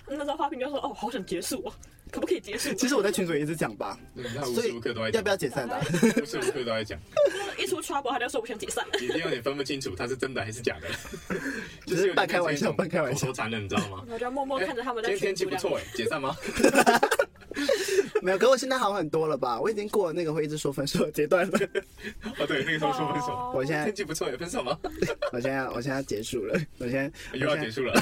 S2: 那时候花瓶就说：“哦，好想结束哦，可不可以结束？”
S3: 其实我在群组也一直 讲吧，
S1: 他无
S3: 所
S1: 时
S3: 以
S1: 无刻都在
S3: 要
S1: 讲
S3: 不要解散啊啦、
S1: 无时无刻都在讲，
S2: 一出 trouble，他就说：“我想解散了。
S1: 你一定有点分不清楚他是真的还是 假的，就
S3: 只是半开玩笑
S1: 有点
S3: 半开玩笑
S1: 口头禅了，你知道吗”？哎
S2: 我就默默看着他们在
S1: 今天天
S2: 群
S1: 气
S2: 组
S1: 不错
S2: 这样
S1: 哎，解散吗？
S3: 没有，可我现在好很多了吧？我已经过了那个会一直说分手的阶段 了。
S1: 哦，对，那个时候说分手，
S3: 我现在
S1: 天，气不错，有分手吗？
S3: 我现在，我现在结束了。我现在
S1: 又要结束
S3: 束，
S1: 了，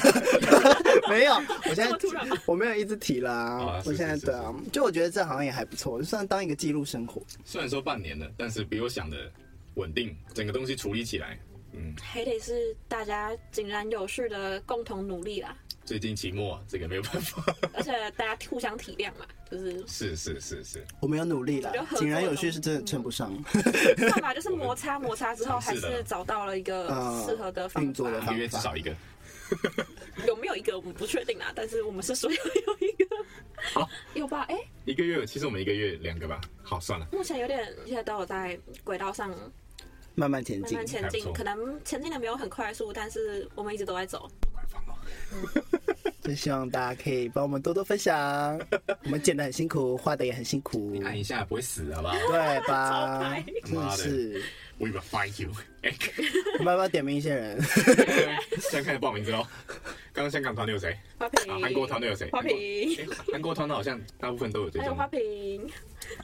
S3: 没有，我现
S2: 这么突
S3: 在
S2: 然吗
S3: 我没有一直提啦、啊
S1: 啊
S3: 我
S1: 是
S3: 现在
S1: 是是
S3: 对啊，就我觉得这好像也还不错，就算当一个记录生活。
S1: 虽然说半年了，但是比我想的稳定，整个东西处理起来，嗯，
S2: 还得是大家井然有序的共同努力啦，
S1: 最近期末这个没有办法，
S2: 而且大家互相体谅嘛，就是
S1: 是是是是，
S3: 我没有努力啦
S2: 我觉得，合作
S3: 井然有序是真的称不上。
S2: 干嘛？就是摩擦摩擦之后，还
S1: 尝试了
S2: 是找到了一个
S3: 呃
S2: 适合的方
S3: 运作
S2: 法。
S3: 的
S1: 一个月至少一个，
S2: 有没有一个我们不确定啦，但是我们是说要有一个，
S1: 好
S2: 有吧？哎、
S1: 一个月，其实我们一个月两个吧，好算了，
S2: 目前有点现在都有在轨道上
S3: 慢慢前
S2: 慢
S3: 进
S2: 慢。前
S1: 还不
S2: 进，
S1: 错
S2: 可能前进的没有很快速，但是我们一直都在走。
S1: 快放了，
S3: 就希望大家可以帮我们多多分享，我们剪的很辛苦，画的也很辛苦，
S1: 按一下不会死好不好
S3: 对
S2: 超
S3: 吧
S2: 拍？
S3: 真的是，
S1: ？We will find you 哎。
S3: 我们要不要点名一些人？
S1: 现在开始报名字喽。刚刚香港团队有谁？
S2: 花瓶
S1: 啊，，韩国团队有谁？
S2: 花
S1: 韩国
S2: 瓶，
S1: 哎韩国团队好像大部分都有追
S2: 还有
S1: 踪。
S2: 花瓶，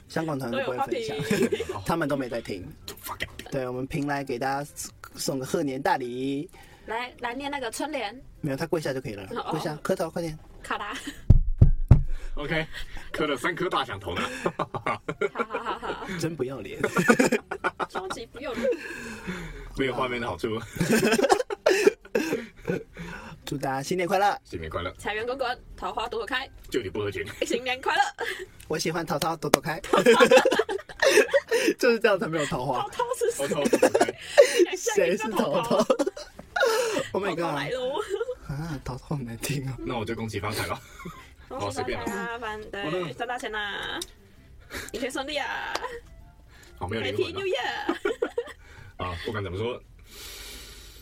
S3: 香港团
S2: 都
S3: 都不
S2: 有
S3: 会
S2: 花
S3: 分
S2: 瓶。
S3: 享，
S1: 好
S3: 他们都没在听。
S1: ，fuck it
S3: 对，我们平来给大家送个贺年大礼，
S2: 来来念那个春联，
S3: 没有他跪下就可以了
S2: 哦，
S3: 跪下磕头，快点。
S2: 卡 达，
S1: OK，磕了三颗大响头呢。
S2: 哈哈哈哈，
S3: 真不要脸。
S2: 超级不用。
S1: 没有画面的好处。
S3: 祝大家新年快乐！
S1: 新年快乐，
S2: 财源滚滚，桃花朵朵开，
S1: 就你不合群。
S2: 新年快乐！
S3: 我喜欢淘淘朵 朵开，就是这样才没有桃花
S1: 哦
S2: 桃。桃是
S1: 我
S2: 谁？
S1: 操！
S3: 谁是淘淘？ 我每
S2: 桃
S3: 个
S2: 桃来喽！
S3: 啊，淘淘好难听哦。
S1: 那我就恭喜发财了。
S2: 恭喜
S1: 哦随便
S2: 发财啊，反对赚大钱啦，一切顺利啊
S1: 好，没有灵
S2: ，Happy
S1: 魂
S2: New
S1: 了
S2: Year！
S1: 啊！不管怎么说，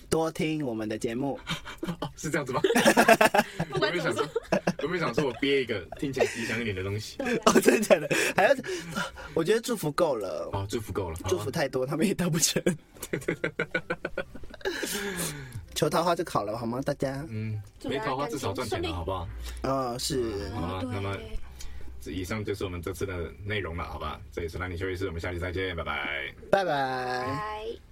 S3: 多听我们的节目，
S1: 哦是这样子吗？
S2: 不管怎么说，
S1: 我没有想说我憋一个听起来吉祥一点的东西。
S3: 哦，真的假的？还要，我觉得祝福够了，
S1: 哦，祝福够了，好啊
S3: 祝福太多他们也达不 成。求桃花就考了好吗？大家，
S1: 嗯，没桃花至少赚钱了，好不好？
S3: 哦，是
S1: 好啊，那么
S2: 对，
S1: 这以上就是我们这次的内容了，好吧？这里是男女休息室，我们下期再见，拜拜。
S3: 拜拜。
S1: 哎
S2: 拜。